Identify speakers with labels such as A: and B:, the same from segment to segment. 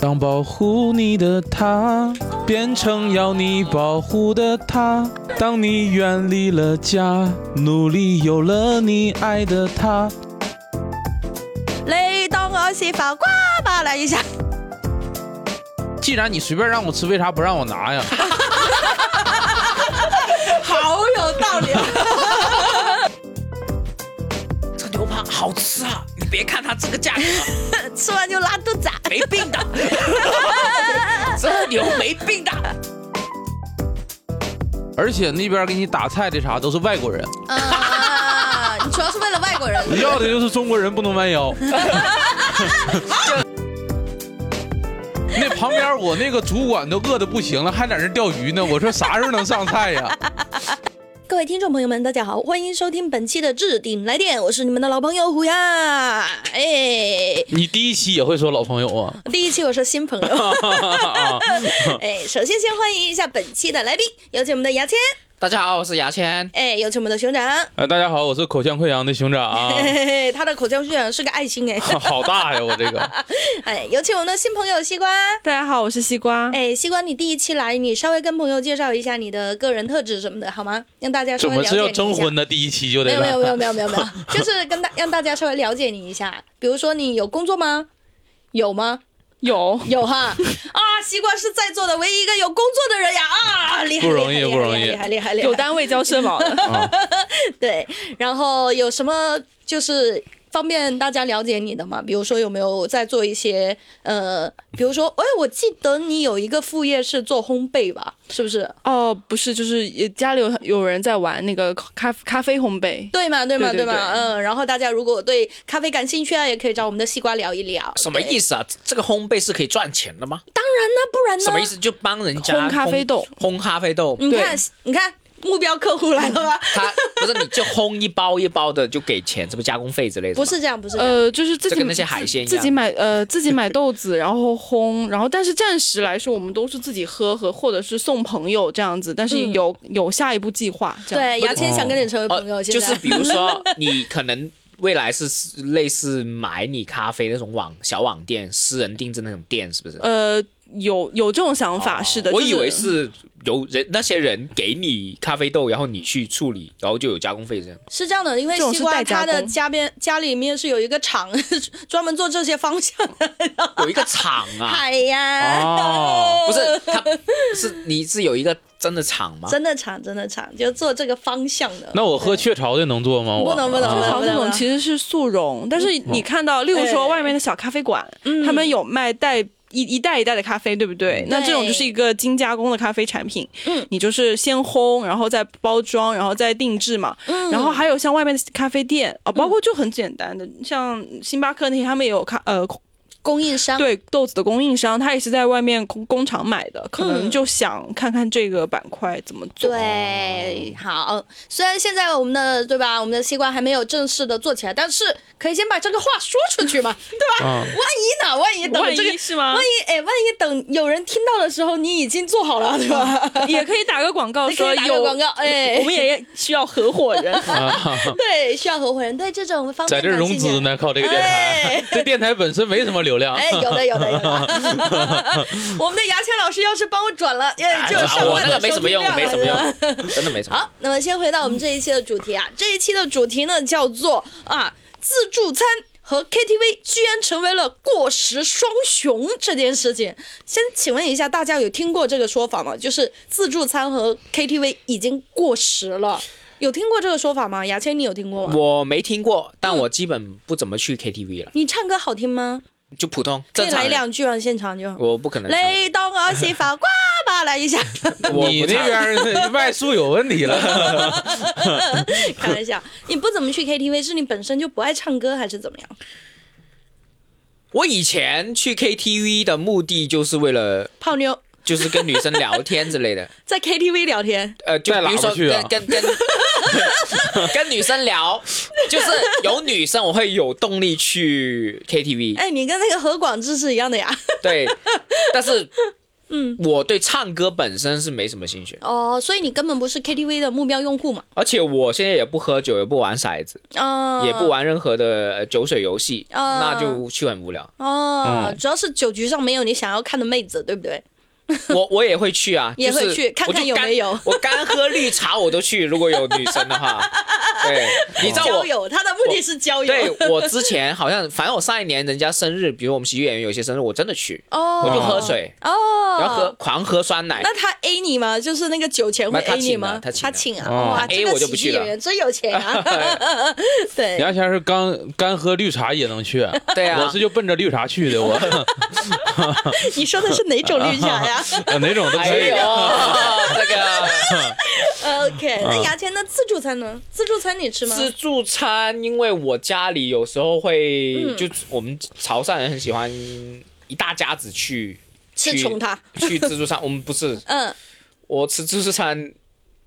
A: 当保护你的他变成要你保护的他，当你远离了家，努力有了你爱的他。
B: 你当我是傻瓜吧？来一下，
A: 既然你随便让我吃，为啥不让我拿呀？
B: 好有道理。啊
C: 这牛扒好吃啊！你别看它这个价格，
B: 吃完就拉肚子啊，
C: 没病的，这牛没病的。
A: 而且那边给你打菜的啥都是外国人，
B: 啊！你主要是为了外国人。
A: 要的就是中国人不能弯腰。 那旁边我那个主管都饿的不行了，还在那钓鱼呢。我说啥时候能上菜呀？
B: 各位听众朋友们，大家好，欢迎收听本期的置顶来电，我是你们的老朋友虎牙。哎，
A: 你第一期也会说老朋友 啊？
B: 第一期我是新朋 友。哎，首先先欢迎一下本期的来宾，有请我们的牙签，
C: 大家好，我是牙签。
B: 哎，有请我们的熊掌。
A: 哎，大家好，我是口腔溃疡的熊掌啊，
B: 嘿嘿嘿， 他的口腔居然是个爱心哎！
A: 好大呀，我这个。
B: 哎，有请我们的新朋友西瓜。
D: 大家好，我是西瓜。
B: 哎，西瓜，你第一期来，你稍微跟朋友介绍一下你的个人特质什么的，好吗？让大家稍
A: 怎
B: 微
A: 么
B: 了解
A: 是
B: 你
A: 要
B: 一
A: 征
B: 下
A: 婚的？第一期就
B: 没
A: 得
B: 有没有没
A: 来。
B: 有没有没有没有， 就是跟大让大家稍微了解你一下。比如说，你有工作吗？有吗？
D: 有
B: 有哈 啊！西瓜是在座的唯一一个有工作的人呀啊！厉害
A: 不容易
B: 厉害
A: 不容易
B: 厉害厉害厉害厉害！
D: 有单位交社保了，
A: 啊
B: 对，然后有什么就是方便大家了解你的吗？比如说有没有在做一些呃，比如说，哎，我记得你有一个副业是做烘焙吧？是不是？
D: 哦，不是，就是也家里有有人在玩那个咖咖啡烘焙，
B: 对嘛，对嘛，
D: 对对
B: 嘛，
D: 对
B: 嗯。然后大家如果对咖啡感兴趣啊，也可以找我们的西瓜聊一聊。
C: 什么意
B: 思？
C: 思啊？这个烘焙是可以赚钱的吗？
B: 当然呢，不然呢？
C: 什么意？思？就帮人家
D: 烘咖啡豆，嗯
C: 烘咖啡豆。
B: 你看，你看，目标客户来了吧？
C: 他不是你就烘一包一包的就给钱，这不加工费之类的吗？
B: 不是这样，不是这样。
D: 呃，就是自
C: 这
D: 己
C: 跟那些海鲜一样
D: 自己买呃自己买豆子，然后烘，然后但是暂时来说，我们都是自己喝和或者是送朋友这样子，但是
B: 嗯
D: 有、有下一步计划这样。
B: 对，牙签想跟你成为
C: 哦，
B: 朋友，现
C: 就
B: 在
C: 是比如说你可能未来是类似买你咖啡那种网小网店、私人定制那种店，是不是？
D: 呃，有有这种想法，是的，
C: 哦我
D: 就
C: 以为是有人那些人给你咖啡豆，然后你去处理，然后就有加工费这 样。
B: 是这样的，因为
D: 这种
B: 西
D: 是
B: 瓜
D: 代加
B: 他的
D: 工
B: 家边家里面是有一个厂， 专门做这些方向的。
C: 有一个厂啊，
B: 哎呀，
A: 哦，
C: 不是他是你是有一个真的厂吗？
B: 真的厂，真的厂，就做这个方向的。
A: 那我喝雀巢的能做吗？我啊
B: 不能不能
D: 雀
B: 不
D: 巢
B: 能
D: 这种其实是速溶，但是
B: 嗯
D: 你看到，例如说
B: 对嗯
D: 外面的小咖啡馆，他们有卖带一一袋一袋的咖啡，对不对？那这种就是一个精加工的咖啡产品，
B: 嗯，
D: 你就是先烘，然后再包装，然后再定制嘛。
B: 嗯
D: 然后还有像外面的咖啡店啊，包括就很简单的，像星巴克那些，他们也有咖呃
B: 供应商，啊
D: 对豆子的供应商，他也是在外面工工厂买的，可能
B: 嗯
D: 就想看看这个板块怎么做。
B: 对，好。虽然现在我们的对吧，我们的西瓜还没有正式的做起来，但是可以先把这个话说出去嘛，对吧？
A: 啊，
B: 万一呢？万一等
D: 万
B: 这个，
D: 一是吗
B: 万？一哎，万一等有人听到的时候，你已经做好了，对吧？
D: 也可以打个广告，
B: 你可
D: 说
B: 以打个
D: 有
B: 广告，哎
D: 我，们也需要合伙人。
B: 对，需要合伙人，对这种方面
A: 在这
B: 感
A: 融
B: 兴趣
A: 资呢，靠这个电台
B: 哎，
A: 这电台本身没什么流量。
B: 哎，有的有的有的， 我们的牙签老师要是帮我转了，哎，
C: 哎
B: 就有上
C: 我
B: 万
C: 那个
B: 的
C: 没什
B: 收
C: 么
B: 听
C: 用
B: 量，了
C: 没什么用，真的没什么。
B: 啊好，那么先回到我们这一期的主题啊，这一期的主题呢叫做啊自助餐。和 KTV 居然成为了过时双雄这件事情，先请问一下，大家有听过这个说法吗？就是自助餐和 KTV 已经过时了，有听过这个说法吗？牙签，你有听过吗？
C: 我没听过，但我基本不怎么去 KTV 了，
B: 你唱歌好听吗？
C: 就普通
B: 可以
C: 正常
B: 来
C: 人。
B: 两句啊，现场就。
C: 我不可能唱。
B: 雷东儿媳妇呱吧来 一下，
C: 我
A: 你
C: 不
A: 那
C: 唱
A: 边儿外宿有问题 了，
B: 开玩笑，你不怎么去 KTV，是你本身就不爱唱歌，还是怎么样？
C: 我以前去 KTV 的目的就是为了，
B: 泡妞
C: 就是跟女生聊天之类的，
B: 在 KTV 聊天，
C: 呃，就
A: 带喇
C: 比如说
A: 叭去啊
C: 跟跟跟跟 女生聊，就是有女生我会有动力去 KTV，
B: 哎，你跟那个何广智是一样的呀。
C: 对，但是
B: 嗯，
C: 我对唱歌本身是没什么兴趣，
B: 哦，所以你根本不是 KTV 的目标用户嘛？
C: 而且我现在也不喝酒，也不玩骰子，
B: 啊、
C: 也不玩任何的呃酒水游戏，
B: 啊
C: 那就就很无聊。
B: 哦，
C: 嗯
B: 主要是酒局上没有你想要看的妹子，对不对？
C: 我我也会去 啊，
B: 也会
C: 就是
B: 去看看有没有
C: 我就干。我干喝绿茶我都去，如果有女生 的话，对，你知道
B: 交
C: 我。
B: 友，他的目的是交友。
C: 对我之前好像，反正我上一年人家生日，比如我们喜剧演员有些生日，我真的去，
B: 哦，
C: 我就喝水，
B: 哦，
C: 然后喝狂喝酸奶，
B: 那他 A 你吗？就是那个酒钱会
C: 那他
B: A 你
C: 请
B: 吗
C: 啊？他请啊
B: 请啊，
A: 哦
B: 哇，
C: 他 A
B: 这个
C: 我就不
B: 喜剧
C: 去了
B: 演员真有钱啊！ 对，
A: 杨先生刚干喝绿茶也能去，
C: 对啊
A: 我是就奔着绿茶去 的，我
B: 你说的是哪种绿茶 呀
A: 呃哪种都
C: 哎
A: 可以
C: 呦。，这个
B: ？OK，那牙签那自助餐呢？自助餐你吃吗？
C: 嗯自助餐，因为我家里有时候会，
B: 嗯
C: 就我们潮汕人很喜欢一大家子去
B: 吃
C: 去
B: 穷它
C: 去自助餐。我们不是，
B: 嗯
C: 我吃自助餐，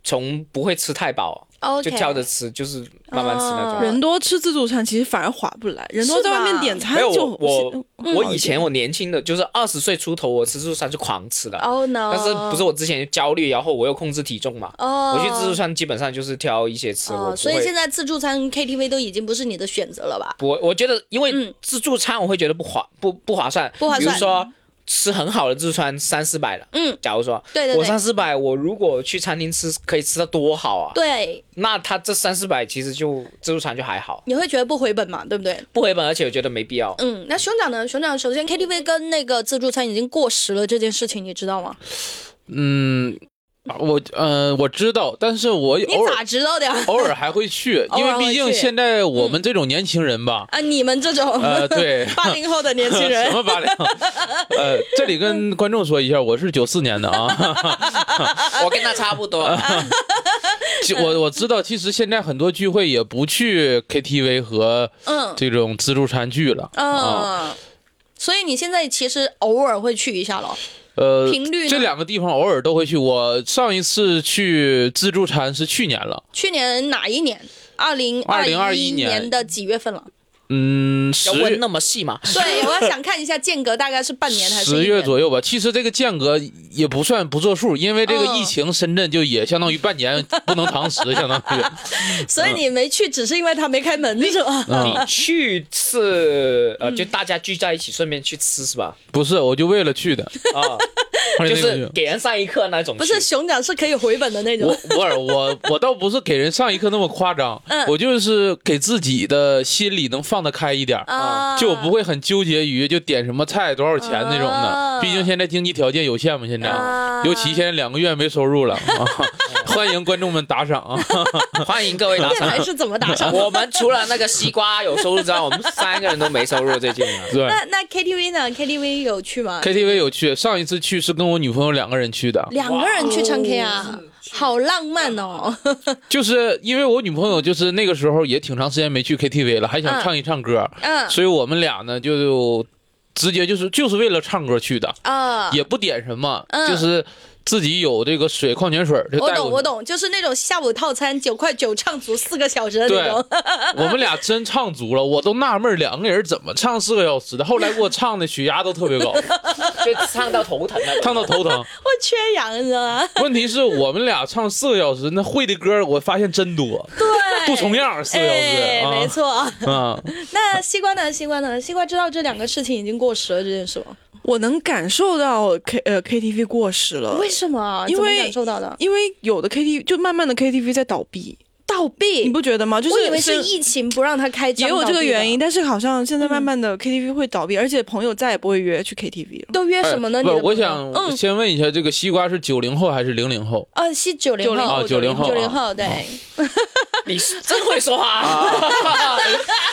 C: 从不会吃太饱，
B: ，OK，
C: 就挑着吃，就是慢慢吃那
B: 哦
C: 种。
D: 人多吃自助餐其实反而划不来，人多
B: 是
D: 在外面
B: 吧
D: 点餐
C: 没有
D: 就
C: 我我我以。
D: 嗯
C: 前我年轻的就是二十岁出头，我吃自助餐是狂吃的，
B: 哦 no，
C: 但是不是我之前焦虑，然后我又控制体重嘛，
B: 哦，
C: 我去自助餐基本上就是挑一些吃，我
B: 哦，
C: 不
B: 所以
C: 会
B: 现在自助餐 KTV 都已经不是你的选择了吧？
C: 我我觉得，因为
B: 嗯
C: 自助餐我会觉得不划不不划算，
B: 不划算
C: 比如说吃很好的自助餐三四百了，
B: 嗯，
C: 假如说
B: 对对
C: 我
B: 对
C: 三四百，我如果去餐厅吃可以吃的多好啊，
B: 对，
C: 那他这三四百其实就自助餐就还好，
B: 你会觉得不回本嘛，对不对？
C: 不回本，而且我觉得没必要。
B: 嗯，那熊掌呢？熊掌首先 KTV 跟那个自助餐已经过时了，这件事情你知道吗？
A: 嗯，我呃我知道，但是我
B: 你
A: 偶
B: 咋
A: 尔
B: 知道的呀？
A: 偶尔还会去，因为毕
B: 偶尔
A: 竟
B: 会去嗯
A: 现在我们这种年轻人吧，
B: 啊，你们这种
A: 呃对
B: 八零后的年轻
A: 什
B: 人，
A: 么八零？呃，这里跟观众说一下，我是九四年的 啊。
B: 啊
C: 我跟他差不多，
A: 其
B: 嗯
A: 我我知道，其实现在很多聚会也不去 KTV 和
B: 嗯
A: 这种自助餐聚了啊。
B: 嗯，所以你现在其实偶尔会去一下咯。
A: 呃
B: 频率，呢
A: 这两个地方偶尔都会去。我上一次去自助餐是去年了，
B: 去年哪一年？二零一
A: 2021
B: 年
A: 年
B: 的几月份了？
A: 嗯，
C: 要
A: 十
C: 问
A: 月
C: 那么细吗？
B: 对，我要想看一下间隔大概是半年还是一
A: 十
B: 年
A: 月左右吧。其实这个间隔也不算不作数，因为这个
B: 嗯
A: 疫情，深圳就也相当于半年不能堂食，相当于。
B: 所以你没去，只是因为他没开门是吧？
A: 嗯
C: 你去是呃，就大家聚在一起，顺便去吃是吧？
A: 不是，我就为了去的，
C: 啊，
A: 后来
C: 就
A: 那个
C: 是给人上一课那种去。
B: 不是 熊掌是可以回本的那种
A: 我。不是我我倒不是给人上一课那么夸张，
B: 嗯
A: 我就是给自己的心里能放得开一点儿。
B: 啊，
A: 就我不会很纠结于就点什么菜多少钱那种
B: 啊
A: 的，毕竟现在经济条件有限嘛，现在
B: 啊，
A: 尤其现在两个月没收入了，啊 欢迎观众们打赏啊！
C: 欢迎各位打
B: 电
C: 赏。
B: 台是怎么打 赏的？
C: 我们除了那个西瓜有收入之外，我们三个人都没收入最 近啊。
A: 对
B: 那那 KTV 呢？KTV 有去吗？
A: ，KTV 有去，上一次去是跟我女朋友两个人去的，
B: 两个人去唱 K 啊，好浪漫哦！
A: 就是因为我女朋友就是那个时候也挺长时间没去 KTV 了，还想
B: 嗯
A: 唱一唱歌，
B: 嗯
A: 所以我们俩呢就直接就是就是为了唱歌去的，
B: 啊，
A: 也不点什么，
B: 嗯
A: 就是自己有这个水矿泉水儿就
B: 我
A: 带过
B: 懂
A: 去
B: 我。懂，就是那种下午套餐九块九唱足四个小时的那种。
A: 我们俩真唱足了，我都纳闷儿两个人怎么唱四个小时的。后来给我唱的血压都特别 高，
C: 就唱到头疼了。
A: 唱到头疼。
B: 我缺氧，你知道吗？
A: 问题是我们俩唱四个小时，那会的歌儿我发现真多，
B: 对，
A: 不重样儿四个小
B: 哎，没
A: 时
B: 错。
A: 啊啊！
B: 那西瓜呢？西瓜呢？西瓜知道这两个事情已经过时了这件事吗？
D: 我能感受到 K 呃 KTV 过时了，
B: 为什么？
D: 呃
B: 啊
D: 因为
B: 怎么感受到的
D: 因为有的 KTV 就慢慢的 KTV 在倒闭，
B: 倒
D: 你
B: 闭，
D: 不觉得吗？就是
B: 我以为
D: 是
B: 是疫情不让他开张，
D: 也有这个原因，
B: 倒嗯
D: 但是好像现在慢慢的 KTV 会倒闭，而且朋友再也不会约去 KTV 了
B: 闭。的都约什么呢？
A: 哎
B: 你的
A: 不，我
B: 朋友
A: 想
B: 嗯
A: 先问一下，这个西瓜是九零后还是零零后？
B: 啊，是九零
D: 90
A: 啊
B: 后，
A: 90后
B: 九零
A: 啊
B: 后，对，
C: 你是真会说话啊，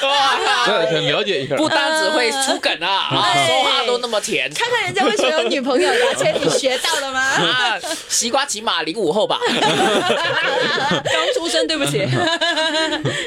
A: 对， 想了解一下。
C: 不单只会出梗啊，啊
B: 哎
C: 说话都那么甜。
B: 看看人家为什么有女朋友，牙签，你学到 了吗？
C: 啊，西瓜起码零五 后吧，
B: 刚出生，对不 起。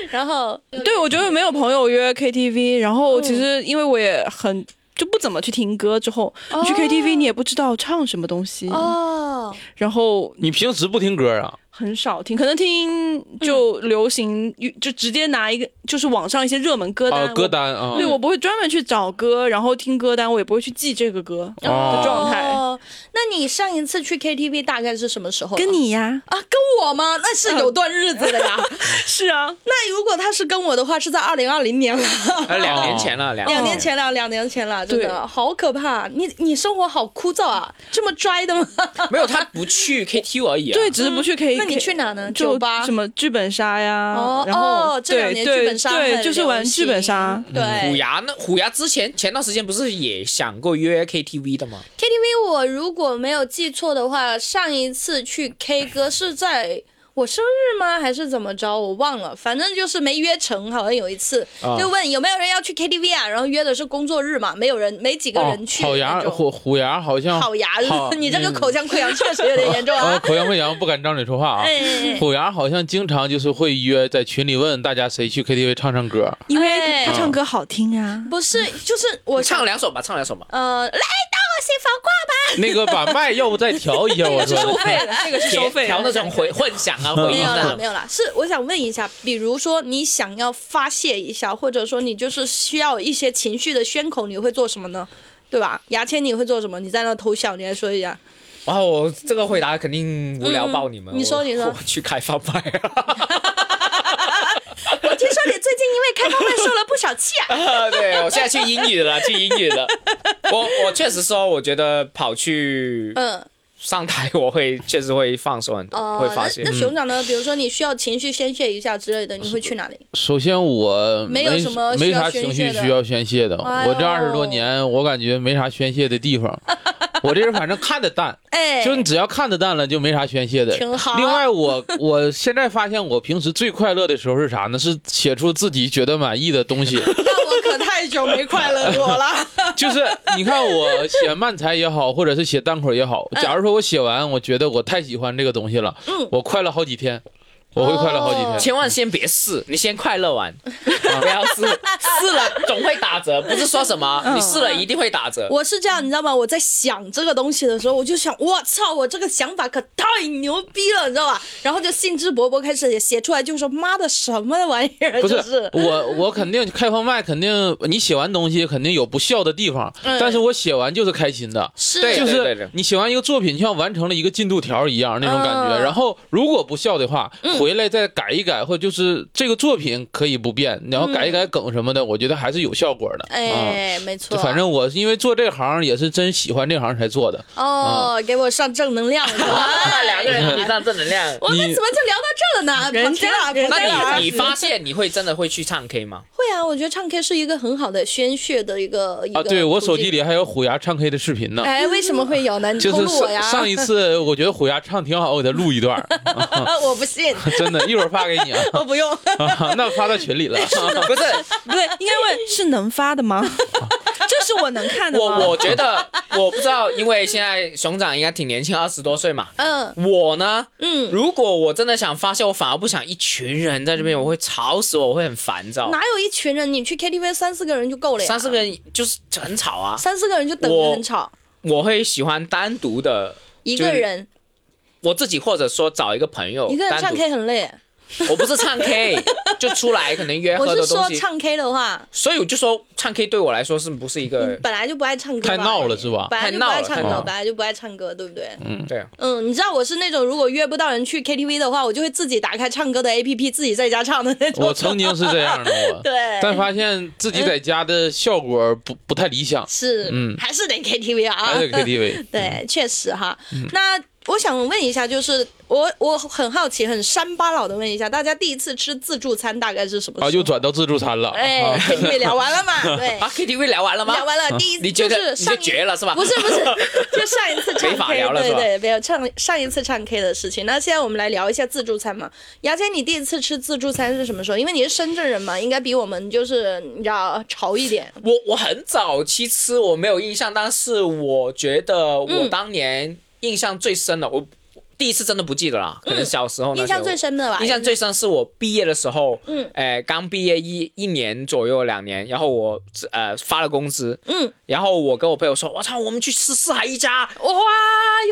B: 然后，
D: 对，我觉得没有朋友约 KTV，然
B: 嗯
D: 后其实因为我也很就不怎么去听歌，之后、你去 KTV 你也不知道唱什么东西，
B: 哦，
D: 然后
A: 你平时不听歌啊？
D: 很少听，可能
B: 嗯
D: 听就流行，就直接拿一个就是网上一些热门歌单，
A: 啊，歌
D: 我
A: 单啊
D: 对，，我不会专门去找歌，然后听歌单，我也不会去记这个歌。
A: 哦
D: 的状态
B: 哦，那你上一次去 KTV 大概是什么时候？
D: 跟你呀，
B: 啊，跟我吗？那是有段日子 的呀。
D: 是啊，
B: 那如果他是跟我的话，是在二零二零年了，
A: 哦
C: 呃，两年前了，两
B: 两年前了，两年前了，真
D: 对
B: 的好可怕。你你生活好枯燥啊，这么 dry 的吗？
C: 没有，他不去 KTV 而已啊。
D: 对，只是不去 K，
B: 嗯那你去哪呢
D: 哎就
B: 酒吧
D: 什么剧本杀呀
B: 哦，
D: 然后
B: 哦这两
D: 对
B: 年
D: 对
B: 剧本杀
D: 对，
B: 很
D: 就是玩
B: 流行
D: 剧本杀。
B: 对
C: 虎牙那虎牙之前前段时间不是也想过约 KTV 的吗？
B: KTV，我如果没有记错的话，上一次去 K 歌是在我生日吗？还是怎么着？我忘了，反正就是没约成。好像有一次、
C: 啊
B: 就问有没有人要去 KTV 啊，然后约的是工作日嘛，没有人，没几个
A: 哦
B: 人，去那种。
A: 好牙虎虎牙好像
B: 好牙
C: 哦
A: 好，
B: 你
C: 嗯
B: 这个口腔溃疡确实有点严重
A: 啊，
B: 啊。
A: 口腔溃疡不敢张嘴说话啊。
B: 哎，
A: 虎牙好像经常就是会约在群里问大家谁去 KTV 唱唱歌，
D: 因为
B: 哎
D: 他唱歌好听啊，
B: 不是，就是我
C: 唱两首吧，唱两首吧。
B: 呃，来当我新房挂吧。
A: 那个把麦要不再调一下，我 说的。
D: 的，这个是
C: 调调那种混混响啊，回
B: 没
C: 音
B: 有 啦，
C: 的
B: 没。有啦，是我想问一下，比如说你想要发泄一下，或者说你就是需要一些情绪的宣口，你会做什么呢？对吧？牙签你会做什么？你在那偷笑，你来说一 下。
C: 哇，我这个回答肯定无聊爆你们。
B: 嗯你说
C: 我
B: 你说
C: 我去开放麦啊！
B: 我听说你最近因为开放麦受了不少气 啊。
C: 对，我现在去英语了，去英语了。我我确实说，我觉得跑去
B: 嗯，
C: 上台，我会确实会放松很多，
B: 哦、
C: 会
B: 那
C: 发泄嗯
B: 那。熊掌呢？比如说你需要情绪宣泄一下之类的，你会去哪 里？
A: 首先我
B: 没有什么
A: 没
B: 需要
A: 啥
B: 宣
A: 情绪
B: 泄的
A: 需要宣泄的，
B: 哎呦
A: 我这二十多年我感觉没啥宣泄的地 方，我这人反正看得淡，
B: 哎，
A: 就是你只要看得淡了就没啥宣泄的。
B: 挺好
A: 另外我我现在发现我平时最快乐的时候是啥呢？是写出自己觉得满意的东西。
B: 那我可太久没快乐过了。
A: 就是你看我写漫才也好，或者是写单口也好，
B: 嗯
A: 假如说我写完，我觉得我太喜欢这个东西了，我快乐好几天，我会快乐好几
B: 哦
A: 天。
C: 千万先别试，你先快乐 完，不要试，试了总会打折，不是说什么你试了一定会打折。
B: 我是这样，你知道吗？我在想这个东西的时候，我就想，我操，我这个想法可太牛逼了，你知道吧？然后就兴致勃勃开始写出来，就说妈的什么玩意儿，
A: 不
B: 就是是
A: 我，我肯定开放麦，肯定你写完东西肯定有不笑的地方，
B: 嗯
A: 但是我写完就是开心的，
B: 是
C: 对
A: 就
C: 对
A: 是
C: 对
A: 你写完一个作品，就像完成了一个进度条一样那种感觉。
B: 嗯
A: 然后如果不笑的话，回来再改一改，或者就是这个作品可以不变，然后改一改梗什么的，我觉得还是有效果的。啊
B: 嗯哎，没错，
A: 反正我因为做这行也是真喜欢这行才做的。啊
B: 哦，给我上正能量，是吧
C: 啊，两个人 以上正能量。
B: 我们怎么就聊到这了呢？
D: 人
B: 旁边啊，
D: 家人家
B: 旁边啊
C: 那你你发现你会真的会去唱 K 吗？
B: 会啊？我觉得唱 K 是一个很好的宣泄的一个一
A: 啊，
B: 个
A: 对我
B: 途
A: 手
B: 径
A: 机。里还有虎牙唱 K 的视频呢。
B: 哎，为什么会有呢？你
A: 就
B: 透
A: 是
B: 露我呀！
A: 上上一次， 我觉得虎牙唱挺好，我给他录一段儿，
B: 呃我不信，
A: 真的，一会儿发给你 啊，
B: 我不用。
A: 那发到群里 了。
C: 不是，
D: 不 对，应该问是能发的吗？这是我能看的吗？
C: 我我觉得我不知道，因为现在熊掌应该挺年轻，二十多岁嘛。
B: 嗯
C: 我呢，
B: 嗯，
C: 如果我真的想发泄，我反而不想一群人在这边，我会吵死我，我会很烦躁。
B: 哪有啊一群人？你去 KTV 三四个人就够了呀。
C: 三四个人就是很吵啊，
B: 三四个人就等着
C: 我
B: 很吵，
C: 我会喜欢单独的，
B: 一个人
C: 我自己或者说找一个朋友，
A: 哦
B: 一个人
C: 单
B: 唱
C: 独
B: K 很累。
C: 我不是唱 K，就出来可能约
B: 我
C: 喝
B: 是
C: 的东
B: 说
C: 西，
B: 唱 K 的话，
C: 所以我就说唱 K 对我来说是不是一
B: 你
C: 个
B: 本来就不爱唱歌吧，
A: 太闹了是吧
B: 本来就不爱唱
C: 太
A: 闹了
B: 歌，本来就不爱唱歌，对不对？
C: 对啊？
B: 嗯，你知道我是那种如果约不到人去 KTV 的话，我就会自己打开唱歌的 APP，自己在家唱的那种。
A: 我曾经是这样的我，
B: 对哎
A: 但发现自己在家的效果不不太理想，
B: 是，
A: 嗯
B: 还是得 KTV 啊，
A: 还得 KTV。
B: 对，确实哈。
A: 嗯
B: 那我想问一下，就是我我很好奇，很三八佬的问一下，大家第一次吃自助餐大概是什么时候？
A: 啊，又转到自助餐了。
B: 哎
A: 啊，
B: ，KTV 聊完了嘛？对，
C: 啊，KTV 聊完了吗？
B: 聊完了，第一
C: 嗯你觉得
B: 就是
C: 你就
B: 上一
C: 绝了是吧？
B: 不是不 是，就上一次唱 K，
C: 没法聊了
B: 对
C: 是吧
B: 对，没有唱上一次唱 K 的事情。那现在我们来聊一下自助餐嘛。牙签，你第一次吃自助餐是什么时候？因为你是深圳人嘛，应该比我们就是你知道潮一点。
C: 我我很早期吃，我没有印象，但是我觉得我
B: 嗯
C: 当年印象最深的，我第一次真的不记得了，可能小时候
B: 嗯
C: 那
B: 印
C: 时候
B: 象最。深的吧？
C: 印象最深是我毕业的时候，
B: 嗯
C: 嗯，哎，刚毕业一一年左右两年，然后我呃发了工资，
B: 嗯
C: 嗯，然后我跟我朋友说，我操，我们去吃四海一家，
B: 哇，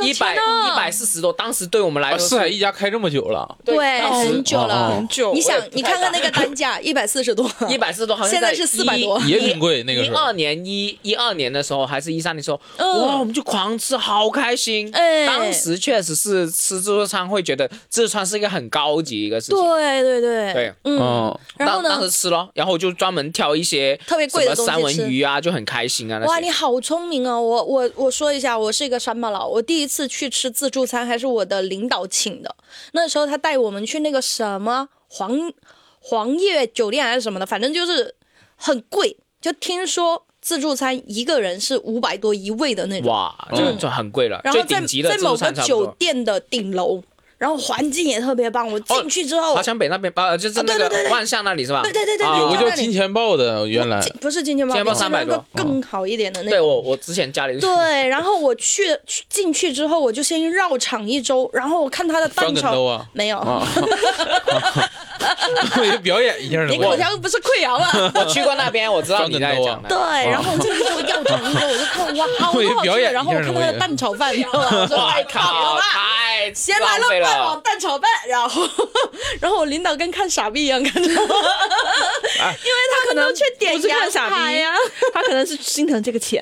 B: 有
C: 一
B: 钱
C: 百
B: 呢
C: 一百四十多，当时对我
B: 哎
C: 们来
A: 啊，
C: 说
A: 四海一家开这么久 了，
B: 对，很久
A: 哦
B: 了
A: 哦，
D: 久
B: 你想
C: 我也，不
B: 你
C: 太
B: 看看
C: 大
B: 那个单价一百四十多，
C: 一百四十多，好像
B: 现在
C: 在
B: 是400
C: 一
B: 多
A: 也挺贵那个
C: 一
A: 时
B: 哦
C: 二
A: 候。
C: 年一一二年的时候，还是一三年的时候，
B: 嗯
C: 哇，我们就狂吃，好开心。
B: 哎
C: 当时确实是吃自助餐会觉得自助餐是一个很高级一个事情。
B: 对对对，
C: 对，
B: 嗯，
A: 嗯，
B: 然后
C: 当当
B: 呢
C: 时？吃咯，然后就专门挑一些
B: 特别贵的东
C: 什么
B: 西
C: 三
B: 吃
C: 文鱼啊，就很开心啊。那些
B: 哇，你好聪明哦！我我我说一下，我是一个山巴佬。我第一次去吃自助餐还是我的领导请的，那时候他带我们去那个什么黄黄叶酒店还是什么的，反正就是很贵。就听说自助餐一个人是五百多一位的那种，
C: 哇，就就很贵了，
B: 嗯然后
C: 最
B: 在
C: 顶级的
B: 在
C: 自助
B: 某个
C: 餐差不
B: 酒
C: 多。哦
B: 店的顶楼，然后环境也特别棒。我进去之后，
C: 华强北那边啊，就是
B: 哦
C: 那
B: 啊对对对
C: 个
B: 对
C: 万象那里是吧？
B: 对对对对
C: 啊
B: 对
A: 有
C: 我
A: 个
C: 就
A: 叫金钱豹的，原来
B: 进不是哦金钱豹，
C: 金钱豹
B: 是
C: 300
B: 那个
C: 多嗯
B: 更好一点的那
C: 对
B: 个。
C: 我我之前家里就是
B: 对，然后我 去去进去之后，我就先绕场一周，然后我看他的
A: 翻
B: 蛋
A: 跟头
B: 炒
A: 啊，
B: 没有，
A: 啊，我就表演一下呢。
B: 你
A: 我
B: 口条不是溃疡了。
C: 我去过那边，我知道你在讲
B: 对
C: 的。，
B: 然后我进去之后绕场一周，我就看哇，好
A: 我以为
B: 好
A: 啊表
B: 吃
A: 演一下呢
B: 的。然后我看他
A: 我以
B: 的
A: 为
B: 蛋炒饭，你知 道吗？我说
C: 哇
B: 太好
C: 靠，
B: 了吧。
C: 太
B: 先来
C: 浪费
B: 半
A: 啊
C: 了
B: 碗。蛋炒饭，然后然后我领导跟看傻逼一样看着我，因为他们都去点
D: 不是看
B: 羊
D: 傻
B: 排
D: 逼
B: 呀、
D: 他可能是心疼这个钱。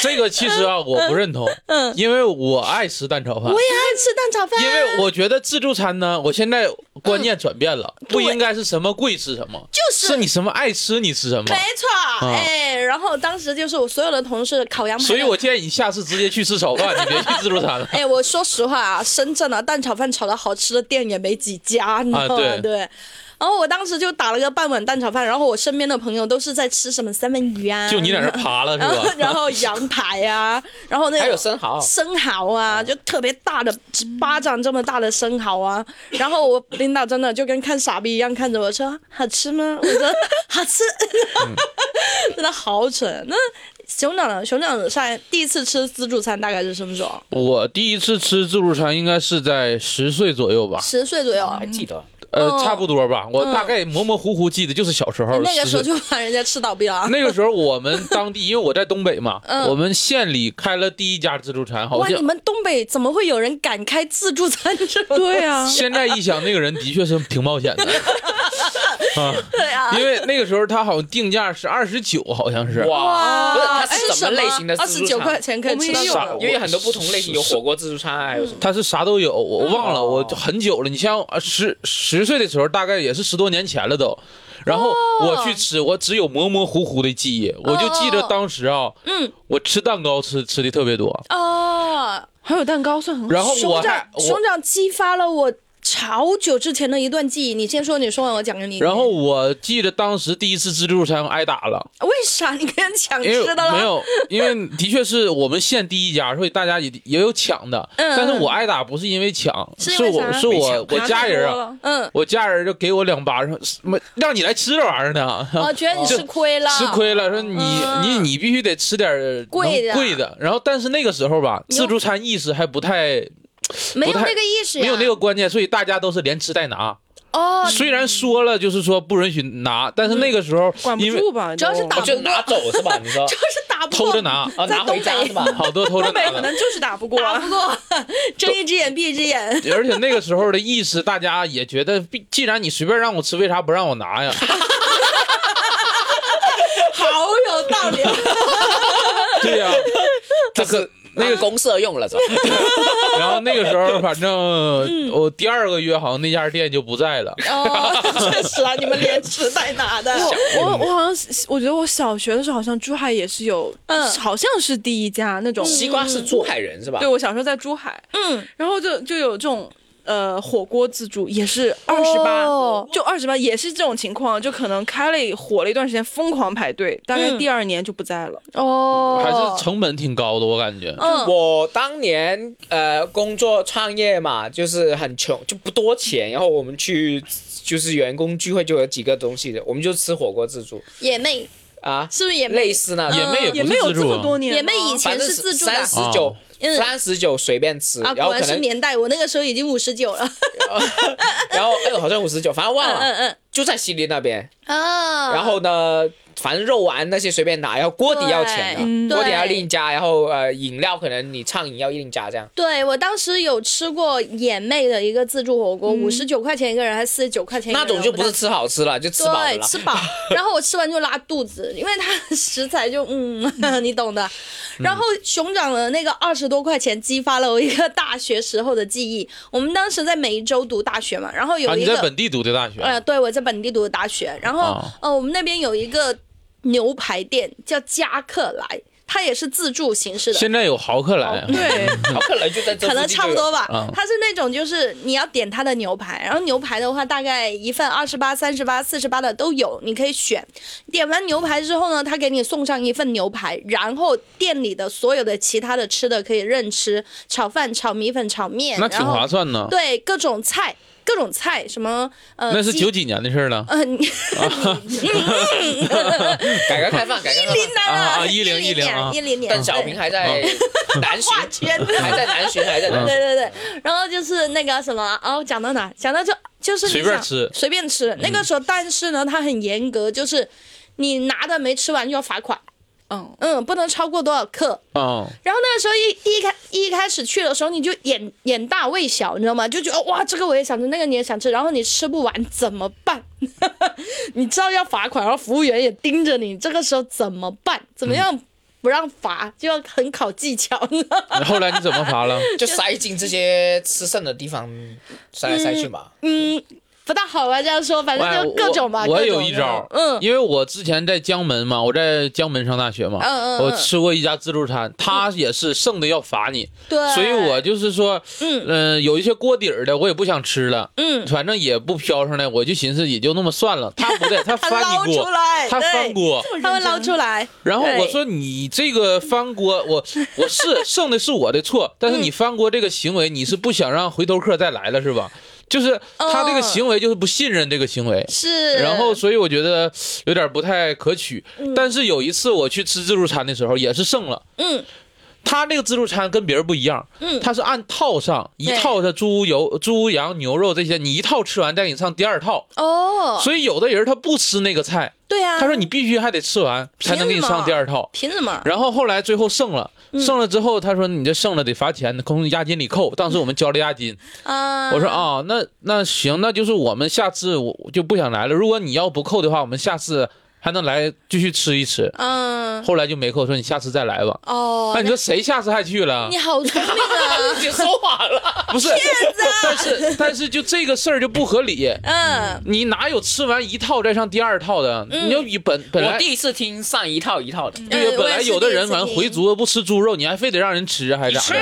A: 这个其实 啊，我不认同，
B: 嗯
A: 因为我爱吃蛋炒饭
B: 我。也爱吃蛋炒饭、啊，
A: 因为我觉得自助餐呢，我现在观念转变了，不
B: 对
A: 应该是什么贵吃什么，
B: 嗯就是
A: 你什么爱吃你吃什么
B: 没。错，哎，然后当时就是我所有的同事烤羊排，
A: 所以我建议你下次直接去吃炒 饭，你别去自助餐 了。
B: 哎，我说实话啊，深圳啊，蛋炒饭炒的好吃的店也没几家，你知道吗？
A: 啊对
B: 然后我当时就打了个半碗蛋炒饭，然后我身边的朋友都是在吃什么三文鱼啊，
A: 就你在那儿爬了
B: 然后
A: 是吧？
B: 然后羊排啊，然后那
C: 还有
B: 个
C: 生蚝，
B: 生蚝
A: 哦
B: 啊，就特别大的巴掌这么大的生蚝啊。然后我领导真的就跟看傻逼一样看着我说：“好吃吗？”我说：“好吃。
A: 嗯
B: 真的好蠢。那熊掌呢？熊掌上第一次吃自助餐大概是什么时候？
A: 我第一次吃自助餐应该是在十岁左右吧，
B: 十岁左右。
C: 还记得
A: 呃，
B: 哦
A: 差不多吧，我大概模模糊糊记得就是小时候。
B: 那个时候
A: 10岁
B: 就把人家吃倒闭了 啊。
A: 那个时候我们当地，因为我在东北嘛，
B: 嗯
A: 我们县里开了第一家自助餐，好
B: 哇，你
A: 像。
B: 们东北怎么会有人敢开自助餐这种？
D: 对啊，
A: 现在一想，那个人的确是挺冒险 的啊，
B: 对啊，
A: 因为那个时候他好像定价是二十九，好像是。
C: 哇，不是它
B: 哎
C: 是什么类型的
B: 二
C: 自
B: 十
C: 助
B: 九
C: 餐
B: 块？钱可以
D: 我们
B: 吃
D: 也
B: 到
D: 有
B: 爽
A: 傻
C: 因为很多不同类型，有火锅自助餐啊，还有什么
A: 他是啥都有，我我忘了，
C: 哦
A: 我就很久了。你像呃十十岁的时候，大概也是十多年前了
B: 哦
A: 都。然后我去吃，我只有模模糊糊的记忆，我就记得当时啊，
B: 哦嗯，
A: 我吃蛋糕吃吃的特别多，
B: 哦。
D: 还有蛋糕算很好。
A: 然后我
B: 熊
A: 还
B: 掌，
A: 我
B: 熊，掌激发了我好久之前的一段记忆。你先说，你说完我讲给你。
A: 然后我记得当时第一次自助餐挨打了，
B: 为啥你跟人抢
A: 因
B: 吃
A: 为
B: 的了？
A: 没有，因为的确是我们县第一家，所以大家也也有抢的，
B: 嗯
A: 但是我挨打不是因为抢，
B: 是
A: 是
B: 因为啥
A: 我是我我家人啊，
D: 啊，
B: 嗯，
A: 我家人就给我两巴掌，没让你来吃这玩意儿呢。
B: 我觉得你吃亏了，
A: 吃亏了，说你、
B: 哦嗯
A: 你你必须得吃点儿
B: 贵的
A: 能贵的，然后但是那个时候吧，
B: 你又
A: 自助餐意识还不太
B: 没有
A: 不太
B: 那个意识呀，
A: 没有那个观念，所以大家都是连吃带拿。
B: 哦，嗯
A: 虽然说了就是说不允许拿，但是那个时候
D: 管不
A: 因为
D: 住吧？
B: 主要是打
C: 哦就拿走是吧？ 你说
B: 就是打不过，
A: 偷着拿，
C: 啊，拿回家是吧？
A: 好多偷着
D: 东 北
A: 拿
D: 可
A: 的。
D: 能就是打不过
B: 打
D: 啊。
B: 不过，睁一只眼闭一只眼。
A: 而且那个时候的意识，大家也觉得，毕既然你随便让我吃，为啥不让我拿 呀？
B: 好有道理，啊
A: 对呀、
C: 这个那个公社用了是吧？
A: 然后那个时候，反正
B: 嗯
A: 我第二个月好像那家店就不在了。
B: 哦， 确实啊，你们连吃带拿的，
D: 我我我好像我觉得我小学的时候好像珠海也是有，
B: 嗯
D: 好像是第一家那种。
C: 嗯西瓜是珠海人是吧
D: 对，？我小时候在珠海，
B: 嗯，
D: 然后就就有这种呃火锅自助，也是二十八
B: 哦，
D: 就二十八也是这种情况，就可能开了火了一段时间，疯狂排队，大概
B: 嗯
D: 第二年就不在了。
B: 哦，
A: 还是成本挺高的，我感觉。
B: 嗯，
C: 我当年呃工作创业嘛，就是很穷，就不多钱，然后我们去就是员工聚会就有几个东西的，我们就吃火锅自助
B: 野妹
C: 啊，
B: 是不是野妹
C: 类？似那种
A: 野妹
B: 嗯
A: 也
D: 也
A: 不
D: 没
A: 是
D: 有
A: 自
D: 这
A: 助
D: 么
A: 啊，
D: 多年，
B: 野妹以前
C: 反正
B: 是自助的
C: 三，十九
A: 哦，
B: 嗯
C: 三十九随便吃，
B: 啊，
C: 然
B: 果
C: 后可
B: 然是
C: 能，啊
B: 年代，我那个时候已经五十九了。
C: 然后哎呦好像五十九，反正忘
B: 嗯
C: 了，
B: 嗯
C: 就在西林那边。
B: 嗯啊，
C: 然后呢，反正肉丸那些随便拿，然后锅底要
B: 对
C: 钱的，
B: 嗯
C: 锅底要
B: 对
C: 另加，然后呃饮料可能你畅饮要另加这样。
B: 对我当时有吃过眼妹的一个自助火锅，五十九块钱一个人，还四十九块钱一个
C: 嗯那
B: 人，
C: 种就不
B: 我
C: 是
B: 当时
C: 吃好吃了，就吃饱了
B: 对
C: 啦。
B: 吃饱，然后我吃完就拉肚子，因为它食材就 嗯， 你懂的。然后熊掌的那个二十多块钱，激发了我一个大学时候的记忆。我们当时在梅州读大学嘛，然后有
A: 啊，
B: 一
A: 你
B: 个、
A: 在本地读的大学？啊
B: 呃，对，我在本地读的大学，然后、
A: 哦
B: 呃，我们那边有一个牛排店叫加克莱，它也是自助形式的。哦
A: 现在有豪客来，
D: 对，
C: 好可能就在这
B: 可能
C: 附近
B: 差不
C: 就有
B: 多吧
A: 嗯，
B: 它是那种就是你要点它的牛排，然后牛排的话大概一份二十八、三十八、四十八的都有，你可以选。点完牛排之后呢，他给你送上一份牛排，然后店里的所有的其他的吃的可以任吃，炒饭、炒米粉、炒面，
A: 那挺
B: 然后
A: 划算啊呢。
B: 对，各种菜，各种菜，什么呃，
A: 那是
B: 鸡
A: 九几年的事儿了
B: 嗯，你
A: 啊
C: 改革开放，改革开放，
A: 啊
B: 啊
A: 啊
B: 一
A: 10
B: 零
A: 啊
B: 一零年，
C: 邓小平还在南巡
B: 画，圈。嗯
C: 还在南巡，还在南
B: 对
C: 巡。
B: 对对，然后就是那个什么，哦，讲到哪？讲到就就是你
A: 随便
B: 想
A: 吃嗯
B: 随便吃。那个时候，但是呢，它很严格，就是你拿的没吃完就要罚款，
D: 嗯，
B: 嗯，不能超过多少克。
A: 啊！
B: 然后那个时候一一开一开始去的时候，你就眼眼大胃小，你知道吗？就觉得哇，这个我也想吃，那个你也想吃，然后你吃不完怎么办？ 你知道要罚款，然后服务员也盯着你，这个时候怎么办？怎
A: 嗯
B: 么样不让罚？就要很考技巧，你知道吗
A: 那后来你怎么罚了？
C: 就塞进这些吃剩的地方，塞来塞去嘛。
B: 嗯，不大好吧？这样说， 反正就各种吧。
A: 哎我我
B: 各
A: 有
B: 种
A: 一招，
B: 嗯
A: 因为我之前在江门嘛，我在江门上大学嘛，
B: 嗯嗯嗯
A: 我吃过一家自助餐，他也是剩的要罚你，
B: 对，
A: 所以我就是说，
B: 嗯
A: 呃有一些锅底儿的我也不想吃了，
B: 嗯
A: 反正也不飘上来，我就寻思也就那么算了。他不对，他
B: 他
A: 翻
B: 捞
A: 你锅
B: 出，来，哎
A: 他
B: 对
A: 翻，锅，
B: 他会捞出来。
A: 然后我
B: 对
A: 说你这个翻锅，我我是剩的是我的错，但是
B: 嗯
A: 你翻锅这个行为，你是不想让回头客再来了是吧？就是他这个
B: 嗯
A: 行为就是不信任这个行为，
B: 是，
A: 然后所以我觉得有点不太可取。但是有一次我去吃自助餐的时候，也是剩了。
B: 嗯
A: 他这个自助餐跟别人不一样，
B: 嗯
A: 他是按套上，一
B: 对
A: 套是猪油、猪羊牛肉这些，你一套吃完再给你上第二套。
B: 哦，
A: 所以有的人他不吃那个菜，
B: 对啊，
A: 他说你必须还得吃完才能给你上第二套。
B: 凭什么？
A: 然后后来最后剩了，
B: 嗯
A: 剩了之后他说你这剩了得罚钱，从押金里扣。当时我们交了押金，
B: 啊，
A: 我说啊、那那行，那就是我们下次我我就不想来了。如果你要不扣的话，我们下次还能来继续吃一吃。
B: 嗯，
A: 后来就没扣，说你下次再来吧。
B: 哦，
A: 那你说谁下次还去了
B: 你？好 聪明啊，
C: 就说完了，
A: 不是，但是但是就这个事儿就不合理。
B: 嗯，
A: 你哪有吃完一套再上第二套的？你要以本本
C: 我呃
A: 来
C: 第一次听上一套一套的，
A: 对呀
B: 嗯，
A: 本来有的人
B: 我
A: 完
B: 也是第一次听
A: 回族不吃猪肉，你还非得让人吃，还咋的？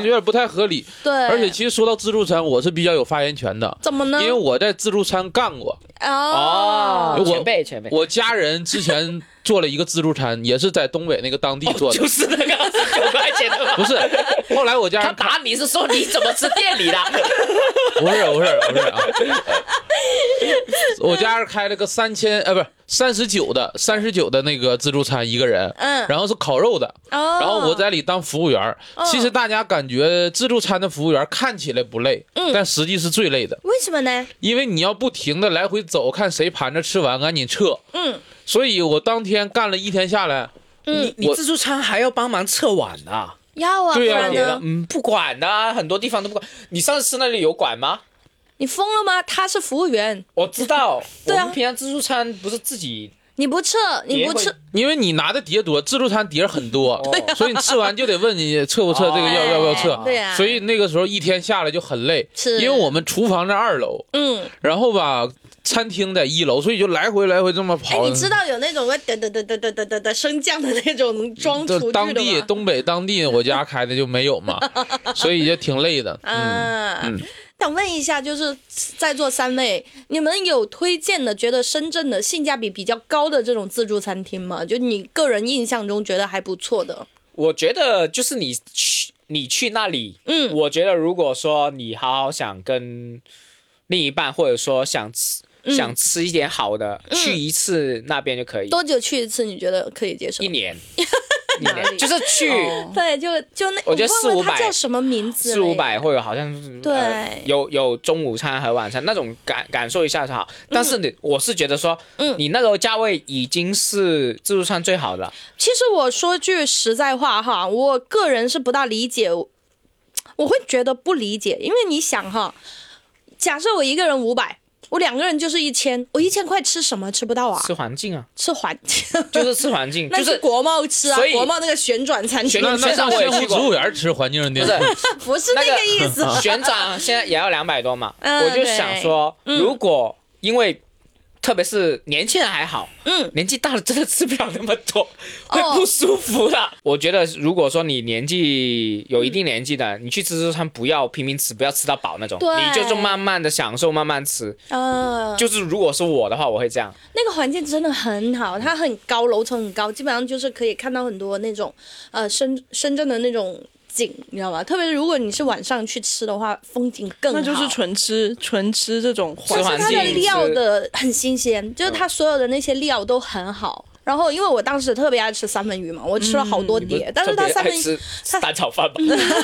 B: 对
A: 有点不太合理。
B: 对，
A: 嗯
B: 嗯
A: 而且其实说到自助餐，我是比较有发言权的，
B: 怎么呢？
A: 因为我啊在自助餐干过。
B: 哦
A: 我
C: 前辈前辈，
A: 我家人之前做了一个自助餐，也是在东北那个当地 做的，
C: 哦就是那个二十九块钱的 嘛。
A: 不是。后来我家
C: 他
A: 人看，
C: 打你是说你怎么吃店里的？
A: 不是不是不是啊，我家人开了个三千呃不是三十九的三十九的那个自助餐一个人，
B: 嗯
A: 然后是烤肉的，
B: 哦，
A: 然后我在里当服务员儿。
B: 嗯
A: 其实大家感觉自助餐的服务员看起来不累，
B: 嗯
A: 但实际是最累的。
B: 为什么呢？
A: 因为你要不停的来回走，看谁盘着吃完，赶紧撤。
B: 嗯，
A: 所以我当天干了一天下来，
C: 你你
A: 我
C: 自助餐还要帮忙撤碗啊？
B: 要啊，不
A: 对呀
B: 然
A: 别
B: 呢？
C: 嗯，不管呐、很多地方都不管。你上次那里有管吗？
B: 你疯了吗？他是服务员，
C: 我知道，
B: 对啊
C: 我们平常自助餐不是自己
B: 你不撤，你
C: 也
B: 不
C: 会
B: 撤，
A: 因为你拿的碟多，自助餐碟很多，所以你吃完就得问你撤不撤，
C: 哦
A: 这个要要不要
B: 哦哎
A: 撤。
B: 对呀
A: 所以那个时候一天下来就很累，
B: 是
A: 因为我们厨房在二楼，
B: 嗯。
A: 然后吧餐厅在一楼，所以就来回来回这么
B: 哎，
A: 跑。
B: 你知道有那种会得得得得得得得得升降的那种装厨
A: 这
B: 具
A: 嗯当
B: 的
A: 地
B: 吗？
A: 东北当地我家开的就没有 嘛，所以也挺累的。嗯，
B: 啊，想问一下，就是在座三位，你们有推荐的觉得深圳的性价比比较高的这种自助餐厅吗？就你个人印象中觉得还不错的，
C: 我觉得就是你去你去那里，
B: 嗯
C: 我觉得如果说你好好想跟另一半，或者说想吃、
B: 嗯
C: 想吃一点好的，去一次那边就可以，嗯
B: 多久去一次？你觉得可以接受
C: 一？年里面，就是去
B: 对，就就那，
C: 我觉得
B: 忘了
C: 400-500
B: 它叫什么名字嘞？
C: 四五百或者好像是
B: 对
C: 呃有有中午餐和晚餐那种感感受一下是好，但是你我是觉得说，
B: 嗯
C: 你那个价位已经是自助餐最好的了，
B: 其实我说句实在话哈，我个人是不大理解，我会觉得不理解，因为你想哈，假设我一个人五百，我两个人就是一千，我一千块吃什么吃不到啊？
C: 吃环境啊，
B: 吃环，
C: 就是吃环境，
B: 那
C: 就是是
B: 国贸吃啊
C: 所，以
B: 国贸那个旋转餐厅
C: 旋转
A: 那
C: 那
A: 上
C: 我
A: 仙
C: 也
A: 湖
C: 去
A: 植
C: 过
A: 物园吃环境认定
C: 不是
B: 不是那个意思。
C: 旋转现在也要两百多嘛，
B: 嗯
C: 我就想说，如果因为。特别是年轻人还好，
B: 嗯，
C: 年纪大了真的吃不了那么多，会
B: 哦
C: 不舒服的。我觉得如果说你年纪有一定年纪的，你去吃自助餐不要拼命吃，不要吃到饱那种，
B: 对
C: 你就是慢慢的享受，慢慢吃。
B: 嗯、
C: 就是如果是我的话，我会这样。
B: 那个环境真的很好，它很高，楼层很高，基本上就是可以看到很多那种呃深深圳的那种景，你知道吗？特别是如果你是晚上去吃的话，风景更好。
D: 那就是纯吃纯吃这种
C: 吃
D: 环
C: 环
B: 它的
C: 境
B: 料
C: 是
B: 的很新鲜，就是它所有的那些料都很好。然后，因为我当时特别爱吃三文鱼嘛，我吃了好多碟，但是它
C: 嗯特
B: 三
C: 别
B: 文
C: 爱
B: 鱼
C: 吃蛋炒饭吧。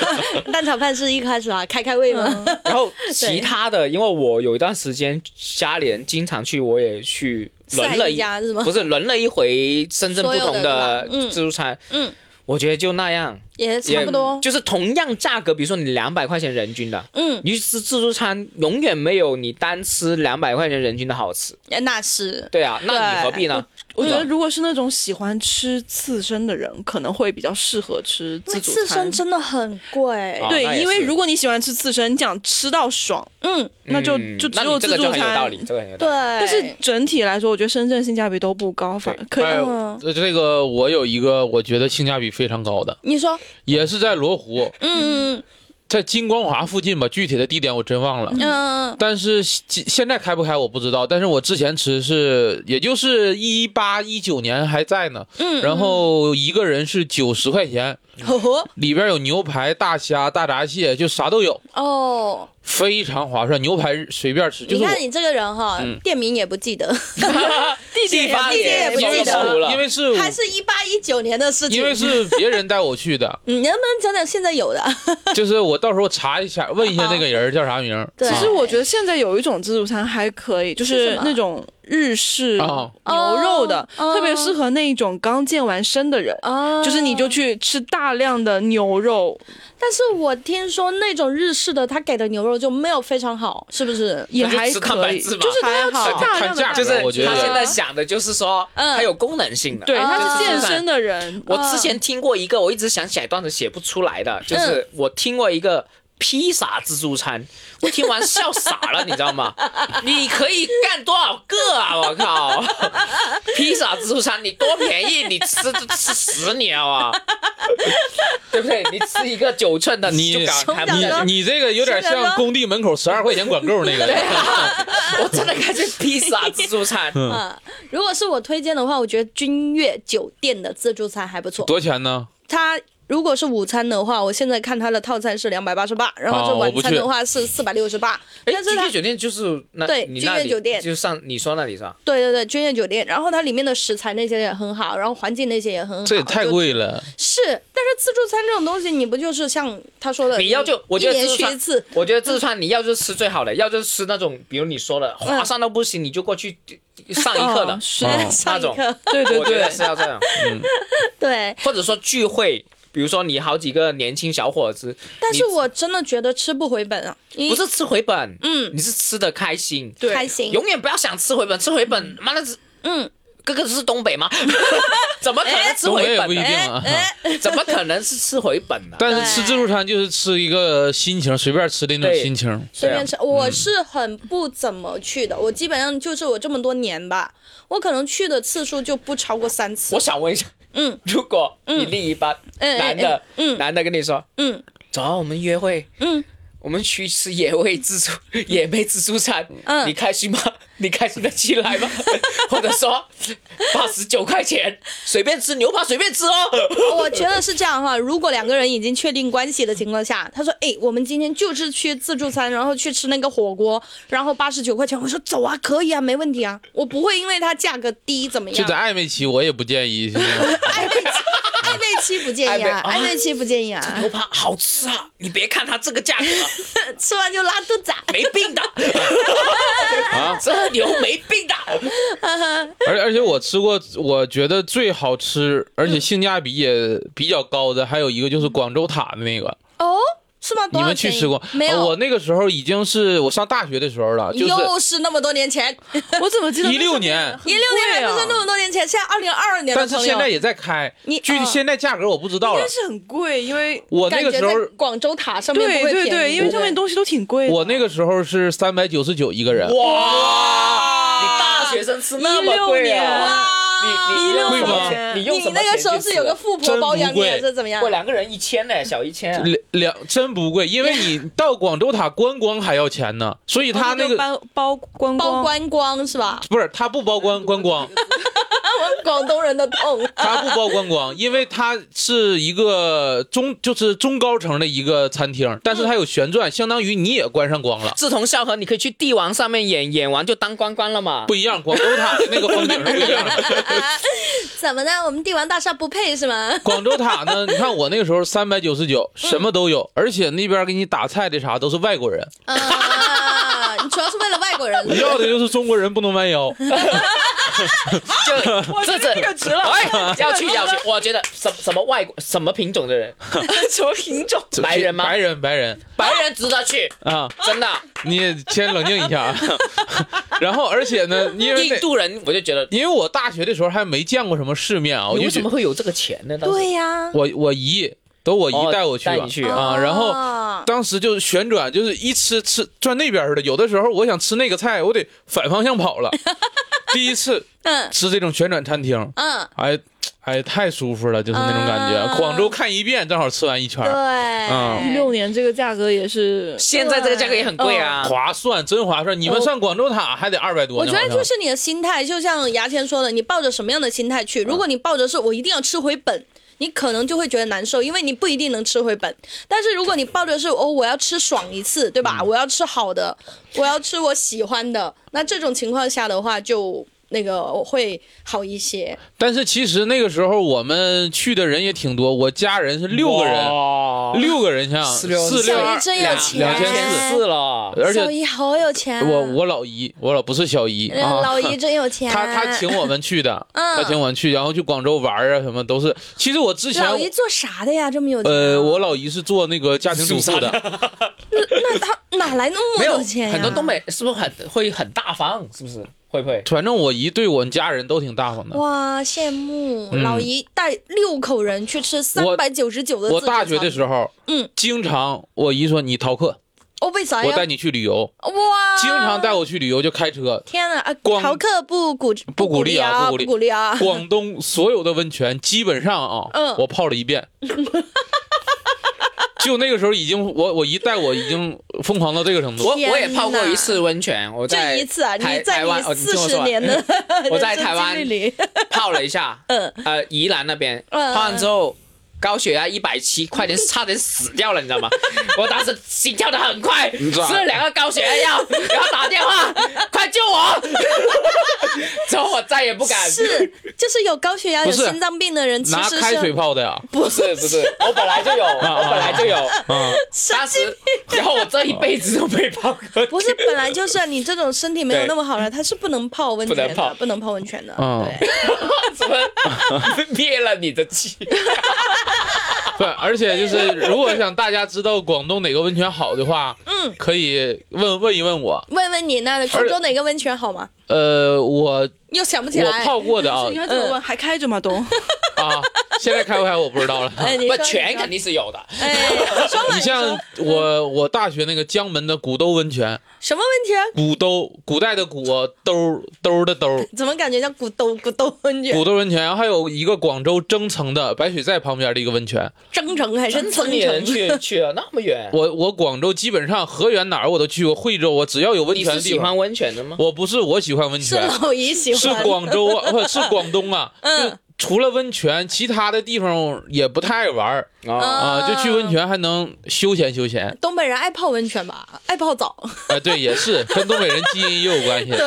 B: 蛋炒饭是一开始啊，开开胃嘛。
C: 然后其他的，因为我有一段时间家里人经常去，我也去轮了
B: 晒一家是吗
C: 不是轮了一回深圳不
B: 所有
C: 同
B: 的嗯
C: 自助餐，
B: 嗯，
C: 我觉得就那样，
B: 也差不多
C: 也。就是同样价格，比如说你两百块钱人均的，
B: 嗯，
C: 你去吃自助餐永远没有你单吃两百块钱人均的好吃。
B: 那是
C: 对啊，那
B: 对
C: 你何必呢？
D: 我觉得如果是那种喜欢吃刺身的人，可能会比较适合吃
B: 那
D: 自助
B: 刺
D: 餐
B: 身。真的很贵。
C: 啊那也
D: 对，
C: 是
D: 因为如果你喜欢吃刺身，你想吃到爽，
B: 嗯，
D: 那就
C: 嗯
D: 就只
C: 那你
D: 有
C: 这个
D: 自助
C: 就
D: 餐。
C: 很有道理，这个很有
B: 对。
C: 道理。
B: 但
D: 但是整体来说，我觉得深圳性价比都不高，反
C: 对哎
D: 可以。
B: 嗯
A: 哎这这个我有一个我觉得性价比非常高的，
B: 你说，
A: 也是在罗湖，
B: 嗯
A: 在金光华附近吧，具体的地点我真忘了。
B: 嗯嗯
A: 但是现现在开不开我不知道，但是我之前吃是，也就是一八一九年还在呢，
B: 嗯，
A: 然后一个人是九十块钱，
B: 呵呵
A: 里边有牛排、大虾、大闸蟹，就啥都有，
B: 哦，
A: 非常划算。牛排随便吃，就
B: 你
A: 是我
B: 看你这个人哈，店名也不记得，
C: 地
B: 点也地点也不
C: 记
B: 记得
C: 了，
A: 因为是
B: 还是一八一九年的事情。，
A: 因为是别人带我去的
B: 你能不能讲讲现在有的？
A: 就是我到时候查一下，问一下那个人叫啥名儿。
B: 对
D: 其
C: 啊
D: 实我觉得现在有一种自助餐还可以，就是是
B: 什么
D: 那种日式
A: 哦
D: 牛肉的，
B: 哦
D: 特别适合那种刚健完身的人。
B: 啊
D: 就是你就去吃大量的牛肉，
B: 但是我听说那种日式的，他给的牛肉就没有非常好，是不是？
D: 也
C: 就
D: 还
C: 吃蛋
D: 可
C: 白
D: 以，就
C: 质嘛
D: 是它
C: 还
D: 要吃
C: 好
D: 大量
A: 看价格
D: 的，
C: 就是
A: 我觉得
C: 他现在想的就是说，
B: 嗯
C: 它有功能性的。
D: 对，它
B: 啊
D: 是健身的人，
C: 我
B: 嗯
C: 之前听过一个，我一直想起来，但是写不出来的，
B: 嗯
C: 就是我听过一个。披萨自助餐，我听完笑傻了，你知道吗？你可以干多少个啊！我靠， 披萨自助餐你多便宜，你吃就吃十年啊，对不对？你吃一个九寸的，
A: 你
C: 就敢开
B: 熊掌
C: 门
B: 呢
A: 你你这个有点
B: 现在
A: 像
B: 说
A: 工地门口十二块钱管够那个，
C: 我真的看见披萨自助餐，
B: 啊，如果是我推荐的话，我觉得君悦酒店的自助餐还不错。
A: 多少钱呢？
B: 它如果是午餐的话，我现在看它的套餐是两百八十八，然后这
A: 哦我
B: 晚
A: 不
B: 餐
A: 去
B: 的话是四百六十八。
C: 哎
B: 但，是
C: 君
B: 它
C: 悦酒店就是那
B: 对
C: 你
B: 君
C: 那
B: 悦
C: 里
B: 酒店
C: 就上你说那里是吧？
B: 对对对，君悦酒店，然后它里面的食材那些也很好，然后环境那些也很好。
A: 这也太
B: 就
A: 贵了。
B: 是，但是自助餐这种东西，你不就是像他说的，
C: 你要就我觉得
B: 一年
C: 自助
B: 去一
C: 餐
B: 次，，
C: 我觉得自助餐你要就是吃最好的，要就是吃那种比如你说的划算到不行，你就过去上一课的
D: 嗯哦，是
A: 哦
C: 那
B: 上一
C: 种
B: 课，
D: 对对
C: 我觉
D: 对
C: 得，是要这样，
B: 对。
C: 或者说聚会。比如说你好几个年轻小伙子，
B: 但是
C: 你
B: 我真的觉得吃不回本啊，你
C: 不是吃回本，
B: 嗯
C: 你是吃的开心，
D: 对
B: 还行，
C: 永远不要想吃回本，吃回本，妈的，
B: 嗯，
C: 哥哥是东 北吗？怎么可能吃
A: 东北
C: 回
A: 也不一
C: 本
A: 定
C: 呢？
A: 啊。
B: 哎
D: 哎
C: 怎么可能是吃回本呢？
A: 但是吃自助餐就是吃一个心情，随便吃的那种
C: 对啊嗯
A: 心情。
B: 随便吃。我是很不怎么去的，我基本上就是我这么多年吧，我可能去的次数就不超过三次
C: 我。想问一下，
B: 嗯，
C: 如果你另一半、
B: 嗯
C: 男的，
B: 嗯嗯
C: 男的跟你说，
B: 嗯，
C: 走啊，我们约会，
B: 嗯，
C: 我们去吃野味自助、野味自助餐，
B: 嗯
C: 你开心吗？ 你开心的起 来吗？或者说八十九块钱随便吃牛扒随便吃 哦，
B: 我觉得是这样哈，如果两个人已经确定关系的情况下，他说：“哎，我们今天就是去自助餐，然后去吃那个火锅，然后八十九块钱。”我说：“走啊，可以啊，没问题啊，我不会因为它价格低怎么
A: 就
B: 样。
A: 在暧昧期，我也不建议。现在
B: 暧昧期”暧昧期不建议啊，
C: 暧昧啊
A: 哦
B: 暧昧期不建 议啊，
C: 牛扒好吃啊！你别看它这个 价格，
B: 吃完就拉肚子啊。
C: 没病的啊， 这牛没病的。
A: 而 而且我吃过，我觉得最好吃，而且性价比也比较高的，还有一个就是广州塔的那个，
B: 哦，是吗？多
A: 你
B: 少
A: 们
B: 钱
A: 去
B: 一
A: 吃过？
B: 没
A: 呃
B: 有，
A: 我那个时候已经是我上大学的时候了，就是
B: 又是那么多年 前，
D: 我怎么记得
A: 一六年，
B: 一六年还不是那
D: 么，
B: 么多年前，现在二零二二年的
A: 但是
B: 朋友，
A: 现在也在开
B: 你，
A: 具体
B: 嗯
A: 现在价格我不知道
D: 应
A: 了
D: 该。是很贵，因为
A: 我那
B: 感觉
A: 个时候
B: 在广州塔上面
D: 对
B: 不会
D: 对
B: 便
D: 对，
B: 宜
D: 因为上面
B: 对
D: 东西都挺贵的。
A: 我那个时候是三百九十九一个人，
C: 哇，你大学生吃那么贵啊？
B: 哇
C: 你你用
A: 贵
C: 什
A: 吗
C: 么钱？你用什
B: 你
C: 么
B: 那
C: 钱
B: 个
C: 去
B: 时候是
C: 吃
B: 有个
C: 的
B: 富婆
A: 真
B: 包
A: 不
B: 养你
A: 贵
B: 还是怎么样
C: 我？两个人一千呢，小一 千啊。
A: 两两真不贵，因为你到广州塔观光还要钱呢，所以他那
C: 哦
A: 个
D: 就包包观
B: 包
D: 光，
B: 观光 是吧？
A: 不是他不包观观光，
B: 广东人的痛。
A: 他不包观光，因为它是一个中就是中高层的一个餐厅，但是它有旋转，相当于你也关上光了。
C: 志同道合，你可以去帝王上面演，演完就当官官了嘛。
A: 不一样，广州塔的那个风景是不一样的。
B: 怎么呢？我们帝王大厦不配是 吗？
A: 广州塔呢？你看我那个时候三百九十九，什么都有，而且那边给你打菜的啥都是外国人，
B: 啊，你主要是为了外国人。
A: 要的就是中国人不能弯腰。
C: 就 这 这个值了，哎，要去要去，我觉得什什么外国什么品种的人，
D: 什么品种？
C: 白人吗
A: 白？人，白人
C: 白人值得去，
A: 啊！
C: 真的。
A: 你也先冷静一下 啊。然后，而且 呢， 因为
C: 印
A: 那
C: 度人我就觉得，
A: 因为我大学的时候还没见过什么世面啊，我
C: 你
A: 就
C: 为
A: 觉
C: 什么会有这个钱呢？当时
B: 对呀，
A: 我我姨都我
C: 哦
A: 姨带我去
C: 带
A: 吧
C: 你去哦
A: 啊，然后
B: 啊
A: 当时就是旋转，就是一吃吃转那边似的。有的时候我想吃那个菜，我得反方向 跑了。第一次
B: 嗯
A: 吃这种旋转餐厅，
B: 嗯，
A: 哎哎，太舒服了，就是那种感
B: 啊
A: 觉。广州看一遍，正好吃完一圈儿，
B: 对，
A: 嗯
D: 六年这个价格也是，
C: 现在这个价格也很贵啊。
A: 划算，真划算。你
C: 哦
A: 们上广州塔还得二百多
B: 我
A: 呢，
B: 觉得
A: 好像
B: 就是你的心态，就像牙签说的，你抱着什么样的心态
A: 嗯
B: 去？如果你抱着是我一定要吃回本，你可能就会觉得难受，因为你不一定能吃回本。但是如果你抱着是哦，我要吃爽一次，对
A: 嗯
B: 吧？我要吃好的，我要吃我喜欢的，那这种情况下的话就。那个会好一些，
A: 但是其实那个时候我们去的人也挺多，我家人是六个人，
C: 人，
A: 六个人像
C: 四
A: 四六
C: 六
B: 小
A: 二
B: 姨，真有
C: 两
B: 钱，
A: 两
C: 千四了。
A: 而且
B: 小姨好有钱、啊，嗯
A: 我我老姨，我老不是小姨啊，
B: 老姨真有钱、
A: 他他请我们去的，
B: 嗯
A: 他请我们去，然后去广州玩啊，什么都是。其实我之前
B: 老姨做啥的呀？这么有钱、
A: 呃，我老姨是做那个家庭主妇的，
B: 那他哪来那么
C: 没有
B: 多钱呀？
C: 很多啊东北是不是很会很大方？是不是会不会？
A: 反正我姨对我们家人都挺大方的。
B: 哇，羡慕、
A: 嗯
B: 老姨带六口人去吃三
A: 我
B: 百九十九的
A: 我大学的
B: 候，
A: 时候，
B: 嗯，
A: 经常我姨说你逃课，
B: 哦，为啥呀？
A: 我带你去旅游，
B: 哇，
A: 经常带。我去旅游就开车。
B: 天啊，啊
A: 光
B: 逃课不鼓
A: 不鼓
B: 鼓
A: 励啊
B: 啊，
A: 不鼓励
B: 励啊！
A: 广东所有的温泉基本上啊，
B: 嗯
A: 我泡了一遍。 就那个时候已经，我我姨带我已经疯狂到这个程度。
C: 我
B: 天
C: 我也泡过
B: 哪
C: 一次温泉，我
B: 就
C: 在
B: 一次啊，
C: 台
B: 你在
C: 台湾，
B: 你
C: 哦，你
B: 四
C: 听我说
A: 啊
B: 十年
C: 完
B: 的
C: 我在
B: 人生
C: 台湾
B: 经历里，
C: 泡了一下，
B: 嗯
C: 呃，宜兰那边
B: 嗯
C: 泡完之后。高血压一百七，快点差点死掉了，你知道吗？我当时心跳的很快，
A: 你
C: 吃
A: 知道
C: 了两个高血压药，然后打电话，快救我！ 之后我再也不敢，
B: 是就是有高血压、有
A: 不是
B: 心脏病的人，其
A: 拿
B: 实
A: 开水
B: 是
A: 泡的呀，
C: 不是不是，我本来就有，
A: 啊
C: 我本来就有，
A: 啊，
C: 当时，然后我这一辈子都没泡过，
B: 不是本来就是啊你这种身 体没有
C: 对
B: 那么好了，他是不能泡温泉
C: 不能泡
B: 的，不能泡温泉的。
A: 嗯
B: 对，
C: 怎么 灭了你的气？
A: 对，而且就是如果想大家知道广东哪个温泉好的话，
B: 嗯，
A: 可以问问一问我。
B: 问问你那广州哪个温泉好吗？
A: 呃，我
B: 又想不起
A: 我
B: 来。
A: 泡过的 啊
D: 你看怎么问还开着吗？都
A: 啊，现在开不开我不知道了。
B: 哎，你
C: 不
B: 说，
C: 全
B: 你说
C: 肯定是有的，
B: 哎，你说嘛？
A: 你像
B: 说
A: 我我大学那个江门的古兜温泉，
B: 什么问题啊？
A: 古兜古代的古兜兜的兜。
B: 怎么感觉像古兜古兜温泉？
A: 古兜温泉，然后还有一个广州增城的白水寨旁边的一个温泉，
B: 增城还是增
C: 城也能
B: 城？
C: 去去了那么远，
A: 我我广州基本上河源哪儿我都去过，惠州 我只要有温
C: 你
A: 泉
C: 是
A: 的
C: 喜
A: 地方，
C: 欢温泉的吗？
A: 我不是我喜欢温
B: 是
A: 泉，
B: 老姨喜欢。
A: 是广州啊，不是广东啊，
B: 嗯
A: 就除了温泉，其他的地方也不太玩儿
C: 啊，
A: 啊、
B: 啊
A: 就去温。泉还能休闲休闲。
B: 东北人爱泡温泉吧，爱泡澡。
A: 哎、对，也是跟东北人基因也有关系。
B: 对，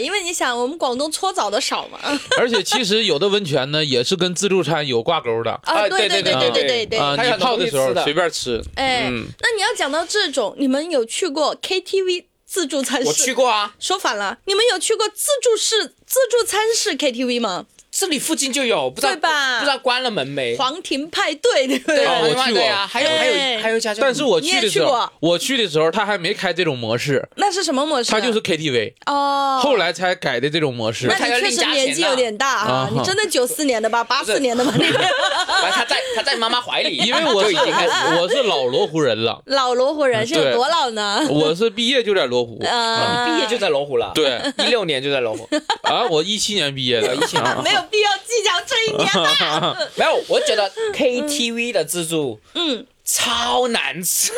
B: 因为你想，我们广东搓澡的少嘛。
C: 哎
A: 而且其实有的温泉呢，也是跟自助餐有挂钩的。
B: 啊，
C: 哎
B: 对
C: 对
A: 对
B: 对
C: 嗯
B: 对
A: 对
B: 对对。
A: 啊、
C: 它有
A: 你泡的时
C: 东西
A: 候
C: 吃的
A: 随便吃。
B: 哎，那你要讲到这种，你们有去过 KTV 自助餐室？
C: 我去。过啊，
B: 说反了，你们有去过自助室、自助餐室 KTV 吗？
C: 这里附近就有，不知道
B: 对吧
C: 不知道关了门没？
B: 皇庭派对，对不对？
C: 对啊，
A: 哦我去
C: 另外
A: 过
C: 对啊，还有还
B: 哎
C: 有还有一家叫，
A: 但是我去的时
B: 你也去
A: 候
B: 过，
A: 我去的时候他还没开这种模式，
B: 那是什么模式？啊
A: 他就是 KTV，、
B: 嗯哦。
A: 后来才改的这种模式
B: 那。
C: 他要
B: 你确
C: 另
B: 实
C: 加
B: 年
C: 钱
B: 纪
C: 的
B: 有点大啊
A: 啊！
B: 你真的九四年的吧，八四
C: 是
B: 年的 吧？你
C: 完他在他在妈妈怀 里，
A: 因为我
C: 就 是已经开始
A: 我是老罗湖人了，
B: 老罗湖人是有
A: 对
B: 多老呢？
A: 我是毕业就在罗湖。嗯
B: 啊，
C: 毕业就在罗湖了，，
A: 对
C: 一六年就在罗湖，
A: 啊，我一七年毕业的，
C: 一七年
A: 啊
B: 没有必要计较这一年 吧？
C: 没有，我觉得 KTV 的自助
B: 嗯，
C: 超难吃，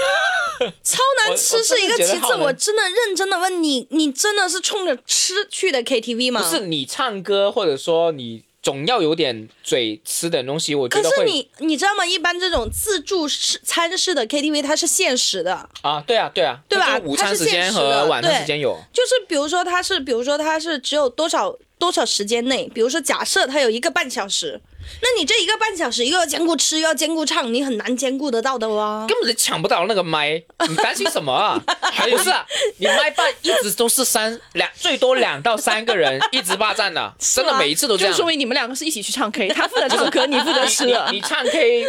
B: 超难吃是一个其次，我真的认真的问你，你真的是冲着吃去的 KTV 吗？
C: 不是，你唱歌或者说你总要有点嘴吃点东西，我觉
B: 可
C: 得
B: 是
C: 会
B: 你你知道吗？一般这种自助式餐式的 KTV 它是限时的，
C: 啊，对啊对啊，
B: 对吧
C: 它就午
B: 它
C: 餐
B: 是
C: 时间
B: 限时的
C: 和晚
B: 对
C: 餐时间有，
B: 就是比如说它是，比如说它是只有多少多少时间内，比如说假设它有一个半小时，那你这一个半小时又要兼顾吃又要兼顾唱，你很难兼顾得到的哦哇。
C: 根本就抢不到那个 麦，你担心什么啊？还有是啊，你麦霸一直都是三两，最多两到三个人一直霸占的，真 的每一次都这
D: 就
C: 样。
D: 说明你们两个是一起去唱 K，他负责 唱歌，你负责吃
C: 你
D: 了
C: 你。唱 K，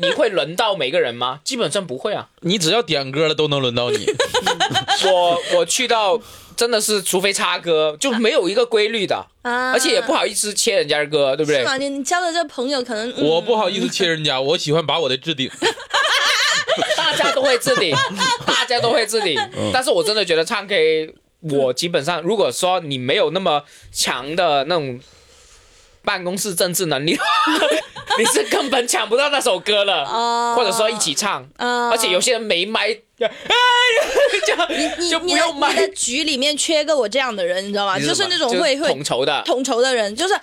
C: 你会轮到每个人吗？基本上不会 啊。
A: 你只要点歌了都能轮到 你。
C: 我我去到真的是，除非插歌，就没有一个规律的，
B: 啊
D: 嗯
C: 而且也不好意思切人家的歌，对不对
B: 是？吗？你你交的这朋友可能、嗯
A: 我不好意思切人家，我喜欢把我的置 顶。
C: 大家都会置 顶，大家都会置顶。嗯但是我真的觉得唱 K，我基本上如果说你没有那么强的那种办公室政治能力， 你是根本抢不到那首歌的，
B: 啊
C: 或者说一起唱。
B: 啊，
C: 而且有些人没麦，哎，
B: 你 你
C: 就就不
B: 的
C: 用
B: 你
C: 麦
B: 的，局里面缺个我这样的人，你知道吗？就是那种会会
C: 统筹啊的。
B: 统筹的人，就是，哎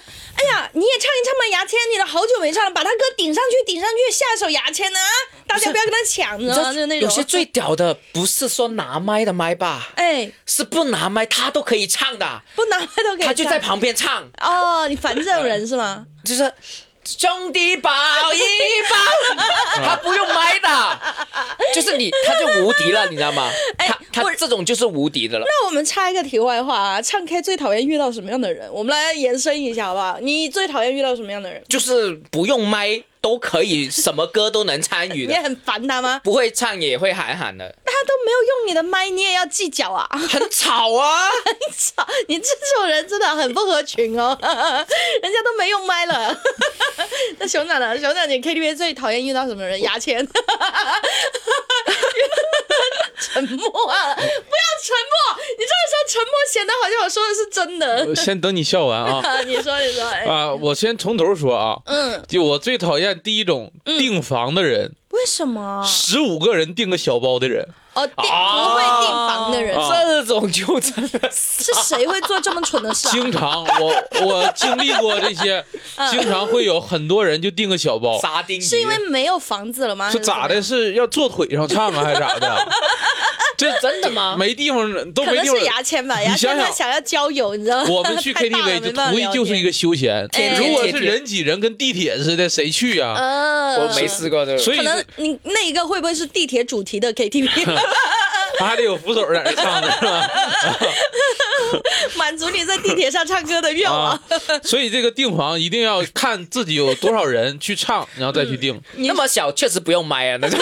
B: 呀，你也唱一唱吧，牙签，你的好久没唱了，把他歌顶上去，顶上去，下一首牙签呢、啊，大家不要跟他抢，你知道吗？啊就那种
C: 有些最屌的不是说拿麦的麦吧，
B: 哎，
C: 是不拿麦他都可以唱的，
B: 不拿麦都可以唱，
C: 他就在旁边唱。
B: 哦，你烦这种人是吗？
C: 就是兄弟抱一 抱，他不用麦的，就是你他就无敌了，你知道吗？他
B: 哎我
C: 他这种就是无敌的了。
B: 那我们插一个题外话啊，唱 K 最讨厌遇到什么样的人？我们来延伸一下好不好？你最讨厌遇到什么样的人？
C: 就是不用麦都可以，什么歌都能参与
B: 你也
C: 的，
B: 很烦他吗？
C: 不会唱也会喊喊的，
B: 他都没有用你的麦，你也要计较啊！
C: 很吵啊！
B: 操，你这种人真的很不合群哦， 人家都没用麦了。 那熊掌呢？熊掌，你 KTV 最讨厌遇到什么人？牙签。 沉默啊！不要沉默，你这个时候沉默显得好像我说的是真的。
A: 呃先等你笑完啊
B: 啊，你说，你说，哎，
A: 啊！我先从头说啊，
B: 嗯，
A: 就我最讨厌第一种订房的人，
B: 为什么？
A: 十五个人订个小包的人，
B: 哦，订不会订房的人、
A: 啊
C: 这种就真的是
B: 是谁会做这么蠢的事、啊？
A: 经常我我经历过这些，
B: 嗯
A: 经常会有很多人就订个小包，
C: 沙丁鱼，啊
B: 是因为没有房子了吗？
A: 是咋的？？是要坐腿上唱啊，还是咋 的？
C: 这真的吗？
A: 没地方都
B: 嗯可
A: 没
B: 能
A: 地方
B: 是。牙签吧，
A: 你
B: 牙签
A: 想想
B: 他想要交友，你知道吗？
A: 我们去
B: 太大了
A: KTV 就
B: 没办法
A: 图
B: 聊
A: 的就是一
B: 天
A: 个休闲
B: 哎，
A: 如果是
C: 天天
A: 人挤人，跟地铁似的，谁去呀？
B: 呃，
C: 我没试过这个，
A: 所以
B: 可能你那一个会不会是地铁主题的 KTV，
A: 他 还得有扶手在那唱着是吧？
B: 满足你在地铁上唱歌的愿望？
A: 啊， 所以这个订房一定要看自己有多少人去唱，然后再去 订。
C: 那么小确实不用麦啊，那种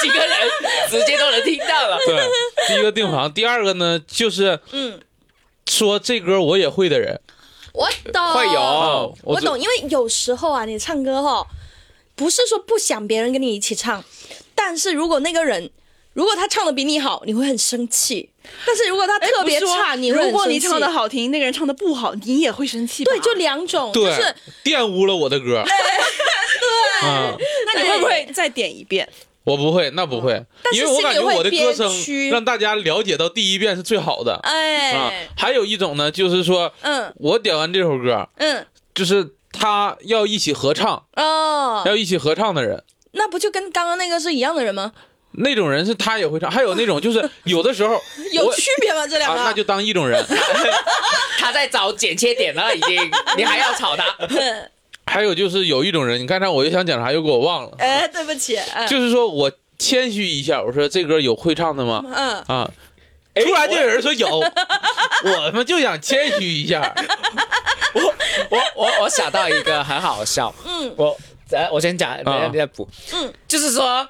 C: 十几个人直接都能听到了。
A: 对，第一个订房，第二个呢就是
B: 嗯，
A: 说这歌我也会的人
B: 我懂，
C: 会有
A: 啊
C: 哦，
B: 我
A: 最
B: 懂，因为有时候啊，你唱歌哈，不是说不想别人跟你一起唱，但是如果那个人。如果他唱的比你好，你会很生气；但是如果他
D: 哎
B: 特别
D: 不是
B: 差，
D: 说
B: 你会很
D: 如果
B: 生
D: 你
B: 气
D: 唱的好听，那个人唱的不好，你也会生气吧。
B: 对，就两种，就
A: 对
B: 是，
A: 玷污了我的歌。对，嗯，
D: 那你会不会再点一遍？
A: 我不会，那不会，
B: 嗯但是
A: 因为我感觉
B: 心里会
A: 我的歌声
B: 憋屈
A: 让大家了解到第一遍是最好的啊
B: 哎，。
A: 还有一种呢，就是说
B: 嗯
A: 我点完这首歌，
B: 嗯
A: 就是他要一起合唱，
B: 哦，
A: 要一起合唱的人，
B: 那不就跟刚刚那个是一样的人吗？
A: 那种人是他也会唱。还有那种 就是有的时候
B: 有
A: 我
B: 区别吗？这两
A: 啊，
B: 个？
A: 那就当一种人。
C: 他在找剪切点了，已经，你还要 吵他？
B: 嗯
A: 还有就是有一种人，你刚才我就想讲啥，又给我忘了，
B: 哎，对不起，嗯
A: 就是说我谦虚一下，我说这歌有会唱的吗？
B: 嗯，
A: 啊，
C: 哎
A: 突然就有人说 有，我们就想谦虚一下。
C: 我我我想到一个很好笑，
B: 嗯
C: 嗯，我呃我先讲，你再你再补，
B: 嗯
C: 嗯，就是说。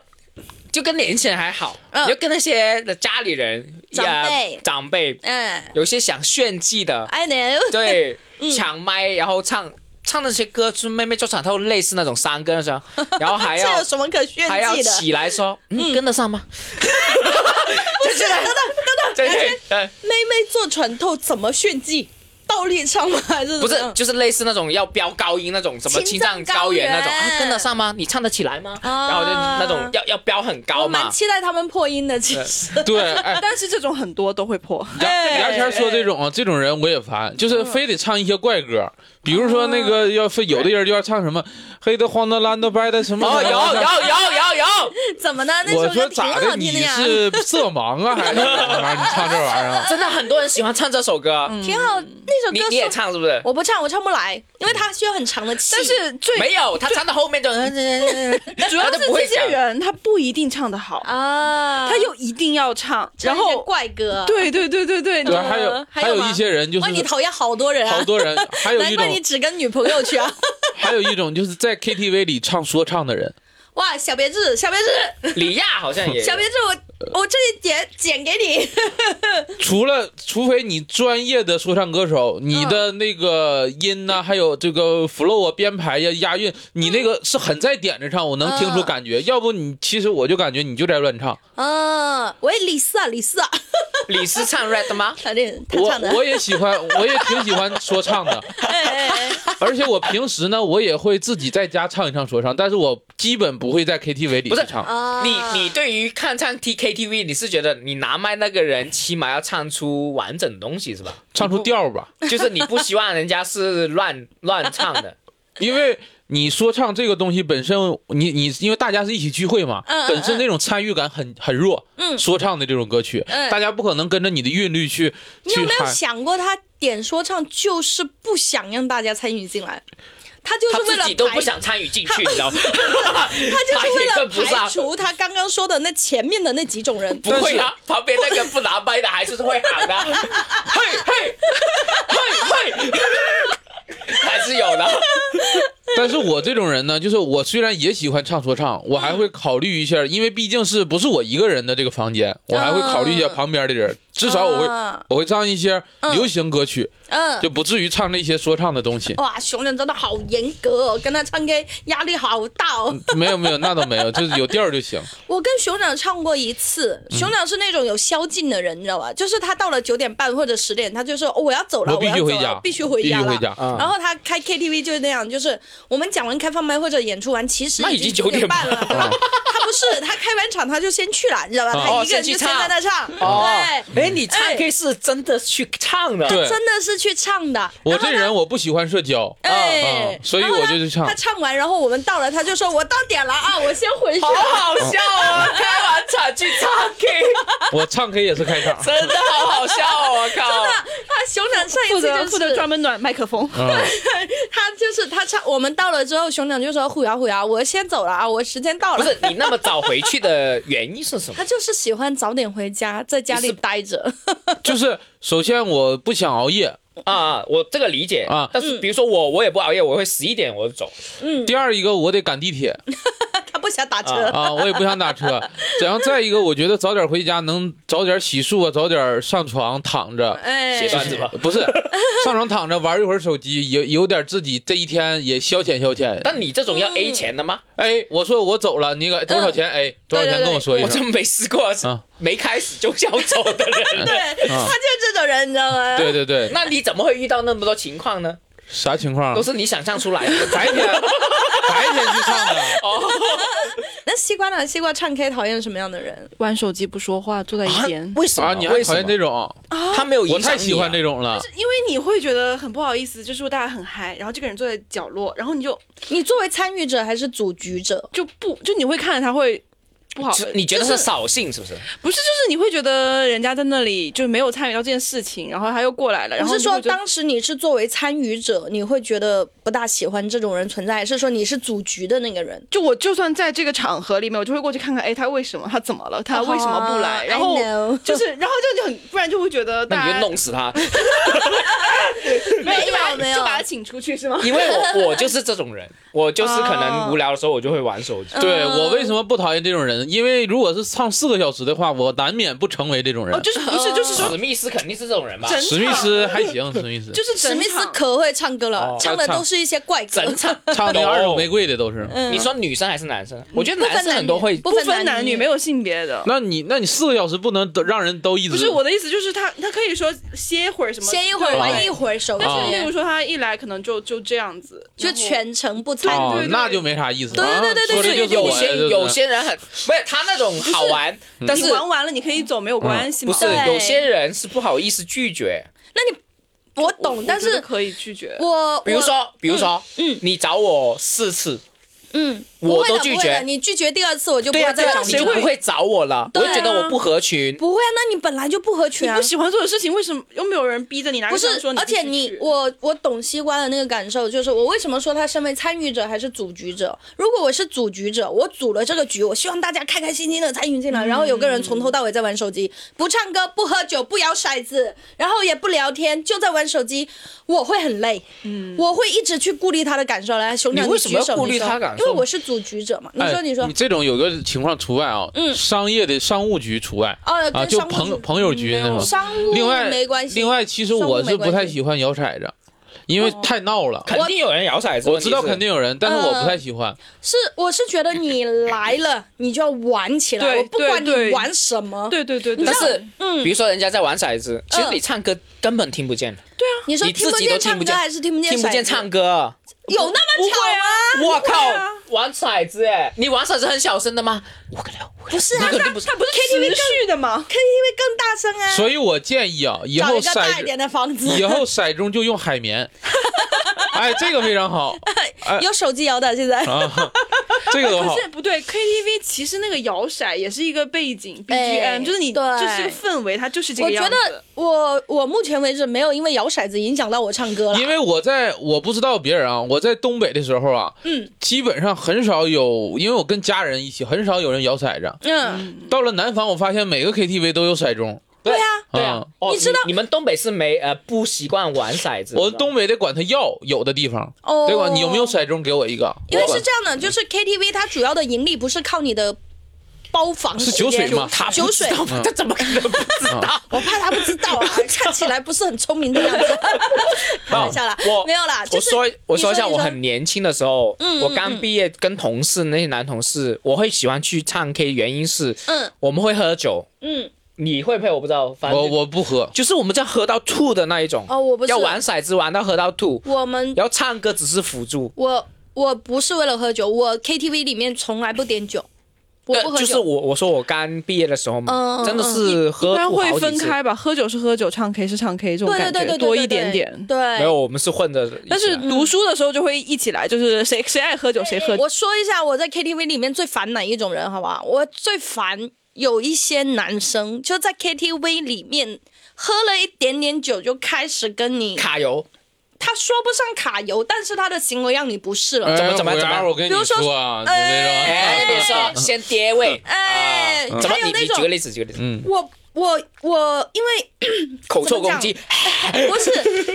C: 就跟年轻人还好，
B: 嗯
C: 你就跟那些的家里人、
B: 长
C: 呀
B: 辈
C: 长辈，
B: 哎
C: 有一些想炫技的，
B: ，I know，
C: 对，
B: 嗯
C: 抢麦，然后唱唱那些歌，就是妹妹做场透类似那种山歌 的时候，然后还
B: 这
C: 要
B: 有什么可炫
C: 还要
B: 技的？
C: 起来说，嗯，跟得上吗？
B: 不是， 啊等等等
C: 对
B: 等，
C: 对对，
B: 妹妹做船头怎么炫技？倒立唱吗？还是
C: 不
B: 怎么
C: 是
B: 样
C: 就是类似那种要飙高音那种什么
B: 青
C: 青
B: 藏
C: 藏
B: 高
C: 高原那种，
B: 原
C: 啊，跟得上吗？你唱得起来吗？
B: 啊
C: 然后就那种要要飙很
B: 我
C: 高
B: 蛮
C: 嘛，
B: 期待他们破音的，其实。
A: 对，哎，
D: 但是这种很多都 会破。
B: 哎
A: 杨天说这种啊，这种人我也烦，
B: 嗯
A: 就是非得唱一些怪歌，比如说那个要非有的人就要唱什
B: 嗯
A: 么黑的黄的蓝的白的什么。
C: 哦，有有有有有，
B: 怎么呢？那
A: 我
B: 首
A: 说
B: 歌挺
A: 咋的？
B: 好听啊
A: 你
B: 的呀，
A: 是色盲啊，还是怎么玩意儿？你唱这玩意儿 啊？
C: 真的很多人喜欢唱这首歌，啊
B: 挺好。那首
C: 你
B: 嗯歌
C: 你也
B: 是
C: 唱是不是？
B: 我不唱，我唱不来，因为它需要很长的气。
D: 但是最
C: 没有，他唱到后面就，
B: 嗯
D: 主
C: 主
D: 要
C: 要
D: 是
C: 就不会
D: 这些
C: 讲
D: 人他不一定唱得好，
B: 啊，
D: 他又一定要唱，
B: 唱
D: 然
B: 一些
D: 后
B: 怪歌，，
D: 对对对对对，
A: 对，
C: 啊
D: 就
A: 还有
B: 嗯还有
A: 有
B: 吗
A: 一些人就
B: 哇，你
A: 是
B: 讨厌好多人啊，
A: 好多人，还有
B: 难
A: 一
B: 怪你
A: 种
B: 只跟女朋友去啊。
A: 还有一种就是在 KTV 里唱说唱的人，
B: 哇，小别致，小别致，
C: 李亚好像也有
B: 小别致，我我这里剪剪给你。
A: 除了除非你专业的说唱歌手，你的那个音呐、还有这个 flow 啊、编排呀、押韵，你那个是很在点子上，我能听出感觉。要不你其实我就感觉你就在乱唱。
B: 嗯，喂，李四啊，李四啊，
C: 李斯唱 rap 的吗？
B: 他这他唱的
A: 我，我也喜欢，我也挺喜欢说唱的，
B: 哎哎哎
A: 而且我平时呢，我也会自己在家唱一唱说唱，但是我基本不会在 KTV 里
C: 不
A: 去
C: 是
A: 唱。
B: 啊，
C: 你你对于看唱 T K T V，你是觉得你拿麦那个人起码要唱出完整的东西是吧？
A: 唱出调儿吧，
C: 就是你不希望人家是乱乱唱的，
A: 因为你说唱这个东西本身，你你因为大家是一起聚会嘛，
B: 嗯嗯
A: 本身那种参与感很很弱。
B: 嗯
A: 说唱的这种歌曲，
B: 嗯
A: 大家不可能跟着你的韵律去
B: 你有
A: 去
B: 没有
A: 喊。
B: 想过，他点说唱就是不想让大家参与进来，他就
C: 他
B: 是为
C: 自
B: 了
C: 己都不
B: 排，
C: 想参与进去，你知道吗？他
B: 他就是为
C: 也
B: 了
C: 跟不
B: 排
C: 上。
B: 除他刚刚说的那前面的那几种人。
C: 不会啊，旁边那个不拿麦的还是会喊 的，嘿嘿嘿嘿，还是有的。
A: 但是我这种人呢，就是我虽然也喜欢唱说唱，我
B: 嗯
A: 还会考虑一下，因为毕竟是不是我一个人的这个房间，我还会考虑一下
B: 嗯
A: 旁边的人。至少我会、
B: 啊
A: 我会唱一些流行歌曲，
B: 嗯，哦
A: 就不至于唱那些说唱的东西。
B: 哇，熊人真的好严格、哦，跟他唱 K 压力好大哦。
A: 没有没有，那倒没有，就是有调儿就行。
B: 我跟熊掌唱过一次，
A: 嗯
B: 熊掌是那种有宵禁的人，你知道吧？就是他到了九点半或者十点，他就说、哦我要走了，
A: 我
B: 我
A: 必须
B: 要
A: 回
B: 走
A: 家
B: 了，必须回
A: 必须
B: 家了。
A: 回家嗯
C: 啊
B: 然后他开 KTV 就是那样，就是我们讲完开放麦或者演出完，其实
C: 那已
B: 经
C: 经
B: 九
C: 9点
B: 半
C: 半
B: 了。他 他不是他开完场他就先去了，你知道吧？
A: 哦
B: 他一个人
C: 先
B: 就
C: 去
B: 先
C: 唱
B: 在那唱，
C: 哦，
B: 对，
C: 哎，你唱
B: 哎
C: K 是真的去唱的，
A: 对
B: 真的啊是去唱的。
A: 我
B: 然后
A: 这人我不喜欢社 交，
B: 哎
A: 啊，所以
B: 然后
A: 我
B: 他
A: 就去唱
B: 他唱完，然后我们到了，他就说：“我到点了啊，我先回去
C: 好
B: 了。
C: 好笑哦！开完场去唱 K，
A: 我唱 K 也是 开场。
C: 真的好好笑哦！我靠，
B: 他啊熊掌上一
D: 负
B: 次
D: 责
B: 就
D: 负责
B: 是
D: 专门暖麦克风。
A: 嗯，
B: 他就是他唱，我们到了之后，熊掌就说：“虎牙虎牙，我先走了啊，我时间到
C: 不
B: 了。”
C: 是你那么早回去的原因是什么
B: 他？就是喜欢早点回家，在家里待着。
A: 就是首先我不想熬夜，
C: 啊，我这个理解
A: 啊
C: 但
B: 嗯
C: 是比如说我，我也不熬夜，我会十一点我就走。
A: 第二一个我得赶地铁
B: 他不想打车。
C: 啊
A: 啊，我也不想打车，然后再一个我觉得早点回家能早点洗漱啊，早点上床躺着。
B: 哎
C: 写，段子吧
A: 不是，上床躺着玩一会儿手机，有有点自己这一天也消遣消遣。
C: 但你这种
B: 嗯
C: 要 A 钱的吗？
A: 哎，我说我走了，你给多少钱？哎，多少
B: 对对
A: 钱跟我说一
C: 我真
A: 声。
C: 没试过，是
A: 啊
C: 没开始就想走的 人。
B: 对，
D: 啊
B: 他就是这种人，你知道吗？
A: 对对对，
C: 那你怎么会遇到那么多情况呢？
A: 啥情况啊
C: 啊都？是你想象出来的。
A: 啊白天白天去唱的，
B: 那西瓜呢？西瓜唱 K 讨厌什么样的人？
D: 玩手机不说话，坐在一边。
C: 为什么？
A: 啊，你还讨厌这
C: 种？
A: 种？
C: 他没有
A: 我
C: 影响
A: 太
C: 你啊
A: 喜欢这种了。
D: 因为你会觉得很不好意思，就是大家很嗨，然后这个人坐在角落，然后你就
B: 你作为参与者还是组局者？
D: 就不就你会看着他会不好，
C: 就你觉得
D: 就是
C: 扫兴是不是？
D: 不是就是你会觉得人家在那里就没有参与到这件事情，然后他又过来了，然
B: 我
D: 后
B: 是
D: 你就会
B: 说，
D: 觉得
B: 当时你是作为参与者，你会觉得不大喜欢这种人存在，还是说你是组局的那个人？
D: 就我就算在这个场合里面，我就会过去看看，哎，他为什么他怎么了，他啊为什么不来
B: 哦
D: 然后
B: I know
D: 就是然后就就很不然就会觉得
C: 那
D: 大
C: 你
D: 家
C: 就弄死他，
D: 没有就把他
B: 哎没有
D: 就把他请出 去是吗？
C: 因为 我我就是这种人，我就是可能无聊的时候我就会玩手机。
A: 对我为什么不讨厌这种人？因为如果是唱四个小时的话，我难免不成为这种人
D: 哦，。就是不是就是说
C: 史密斯肯定是这种人吧？
D: 整
A: 史密斯还行，史 密斯
D: 就是
B: 史
D: 整
B: 密斯
D: 场
B: 可会唱歌了，
C: 哦
B: 唱的
A: 他唱
B: 都是一些怪歌。
C: 整场
A: 唱那个二手玫
C: 瑰。
A: 瑰的都是。
B: 嗯
C: 你说女生还是男生？我觉得
B: 不分
C: 男生很多
B: 男女
C: 会
B: 不
D: 不
B: 分
D: 分
B: 男
D: 男
B: 女
D: 女，没有性别的。
A: 那你那你四个小时不能都让人都一直
D: 不是我的意思，就是他他可以说歇一会儿什么，
B: 歇一会儿
D: 对
B: 玩一会儿手机，
A: 但
C: 啊
D: 例
C: 哦
D: 如说他一来可能就就这样子，
B: 就
D: 然后
B: 全程不参
A: 哦
B: 与。
D: 对对
A: 那就没啥意思。
B: 对对对对
A: 啊说
B: 对
A: 这就是
C: 有
A: 我
C: 些
A: 就是
C: 有些人很不是他那种好玩，但是嗯
D: 你玩完了你可以走，没有关系
C: 不
D: 嘛。
C: 是
B: 对
C: 有些人是不好意思拒绝。
B: 我
D: 我
B: 懂，但
D: 我觉得
B: 是
D: 可以拒绝。
B: 我
C: 比如说，比如说，
B: 嗯
C: 嗯，你找我四次，
B: 嗯，
C: 我
B: 不会的
C: 都拒
B: 不会的
C: 绝
B: 你拒绝第二次，我就不
C: 对呀、
B: 会
C: 对
B: 再
C: 呀、
B: 找
C: 你
B: 你
C: 就
B: 了。
C: 不会找我了，我
B: 对啊
C: 就觉得我不合群。
B: 不会啊，那你本来就不合群
D: 你
B: 啊
D: 不。喜欢做的事情，为什么又没有人逼着你拿
B: 不
D: 个
B: 是
D: 枪说，
B: 而且
D: 必须
B: 你
D: 去
B: 我我懂西瓜的那个感受，就是我为什么说他身为参与者还是组局者？如果我是组局者，我组了这个局，我希望大家开开心心的参与进来，然后有个人从头到尾在玩手机，不唱歌，不喝酒，不摇骰子，然后也不聊天，就在玩手机，我会很累，嗯，我会一直去顾虑他的感受。来，熊掌
C: 你为什么
B: 举手
C: 要顾虑
B: 你说
C: 他感受
B: 因为我是组局者嘛。你说，
A: 哎
B: 说，
A: 你这种有个情况除外啊，
B: 嗯
A: 商业的商务局除外
B: 哦
A: 啊，
B: 跟
A: 就
B: 商务局嗯
A: 朋朋友局那种。
B: 商务
A: 另外
B: 没关系，
A: 另外，其实我是不太喜欢摇骰子，因
B: 哦
A: 为太闹了。
C: 肯定有人摇骰子，
A: 我知道肯
C: 定
A: 定有人，但是
B: 嗯
A: 我不太喜欢。
B: 是，我是觉得你来了，你就要玩起来，
D: 对
B: 我不管
D: 对
B: 你
D: 对
B: 玩什么。
D: 对对对对，啊
C: 但是，
B: 嗯
C: 比如说人家在玩骰子，其实
B: 嗯
C: 你唱歌根本听不见，
B: 你说
C: 你
B: 听
C: 自己
B: 见
C: 都听
B: 唱歌
C: 不见
B: 还是听不见？
C: 听不见唱，歌。啊
B: 有那么吵吗？
C: 我靠
D: 会啊，
C: 玩骰子哎，你玩骰子很小声的吗？五个六，五个
B: 不
C: 六
B: 是啊，
C: 那
B: 他
C: 肯
B: 他
C: 定不是
B: 不是 KTV
D: 持续的嘛，
B: KTV 更大声啊。
A: 所以我建议啊，以
B: 找
A: 后
B: 一个大
A: 骰
B: 一
A: 子
B: 点的房子，
A: 以后骰盅就用海绵。哎，这个非常好哎
B: 有手机摇的现在。
A: 啊，这个多好
D: 可。是不对，KTV 其实那个摇骰也是一个背景
B: 哎
D: BGM，就是你
B: 对
D: 就是个氛围，它就是 这
B: 我
D: 个
B: 觉
D: 样子。
B: 得我我目前为止没有因为摇骰子影响到我唱歌了。
A: 因为我在我不知道别人啊，我在东北的时候啊，
B: 嗯
A: 基本上很少有，因为我跟家人一起，很少有人摇骰子。
B: 嗯，
A: 到了南方，我发现每个 KTV 都有骰盅。
B: 对啊，
C: 对啊，哦
B: 你知道
C: 你们东北是没呃不习惯玩骰子，
A: 我
C: 是吧
A: 东北得管他要，有的地方
B: 哦
A: 得嗯管你有没有骰盅给我一个，
B: 因为
A: 我管
B: 是这样的，就是 KTV 它主要的盈利不是靠你的包房
A: 是
B: 时
A: 酒
B: 间
A: 水吗
C: 他不
B: 酒水
C: 知道他怎么可能不知道？
B: 我怕他不知 道啊，看起来不是很聪明的样子。开玩笑啦，
C: 我
B: 没有啦，就
C: 我
B: 是
C: 说一我说一下，
B: 你说
C: 我很年轻的时候，
B: 嗯嗯
C: 我刚毕业，跟同事那些男同事，我会喜欢去唱 K，原因是
B: 嗯
C: 我们会喝酒，
B: 嗯，
C: 你会配我不知道，反正
A: 我我不喝，
C: 就是我们在喝到吐的那一种，
B: 哦，我不是嗯
C: 要玩骰子玩到喝到吐，
B: 我们
C: 然后唱歌只是辅助，
B: 我我不是为了喝酒，我 KTV 里面从来不点酒，我不
C: 呃
B: 喝
C: 就是
B: 酒。
C: 我我说我刚毕业的时候
B: 嗯嗯
C: 嘛，
B: 嗯
C: 真的是
D: 一
C: 喝
D: 般
C: 吐
D: 会
C: 好
D: 分
C: 几次，
D: 开吧，喝酒是喝酒，唱 K 是唱 K，这种
B: 对
D: 感
B: 对对对对，
D: 觉多
B: 对
D: 一点点。
C: 没有，
B: 对，
C: 我们是混着一起来，啊
D: 但是
B: 嗯
D: 读书的时候就会一起来，就是谁谁爱喝酒谁喝。
B: 哎我说一下我在 KTV 里面最烦哪一种人，好不好？我最烦有一些男生就在 KTV 里面喝了一点点酒就开始跟你，
C: 卡油，
B: 他说不上卡油，但是他的行为让你不适了。
A: 哎
C: 怎么怎么
A: 虎牙
C: 怎么
A: 我跟
B: 比
A: 你
B: 如说
A: 说啊，你
B: 哎
C: 哎，
A: 那
C: 比如
A: 个
C: 说先跌位，
B: 哎
C: 啊怎么
B: 还有
C: 你
B: 那
C: 你
B: 种
C: 举个例子，举个例子，
A: 嗯
B: 我我我，因 为
C: 口臭攻击，
B: 不是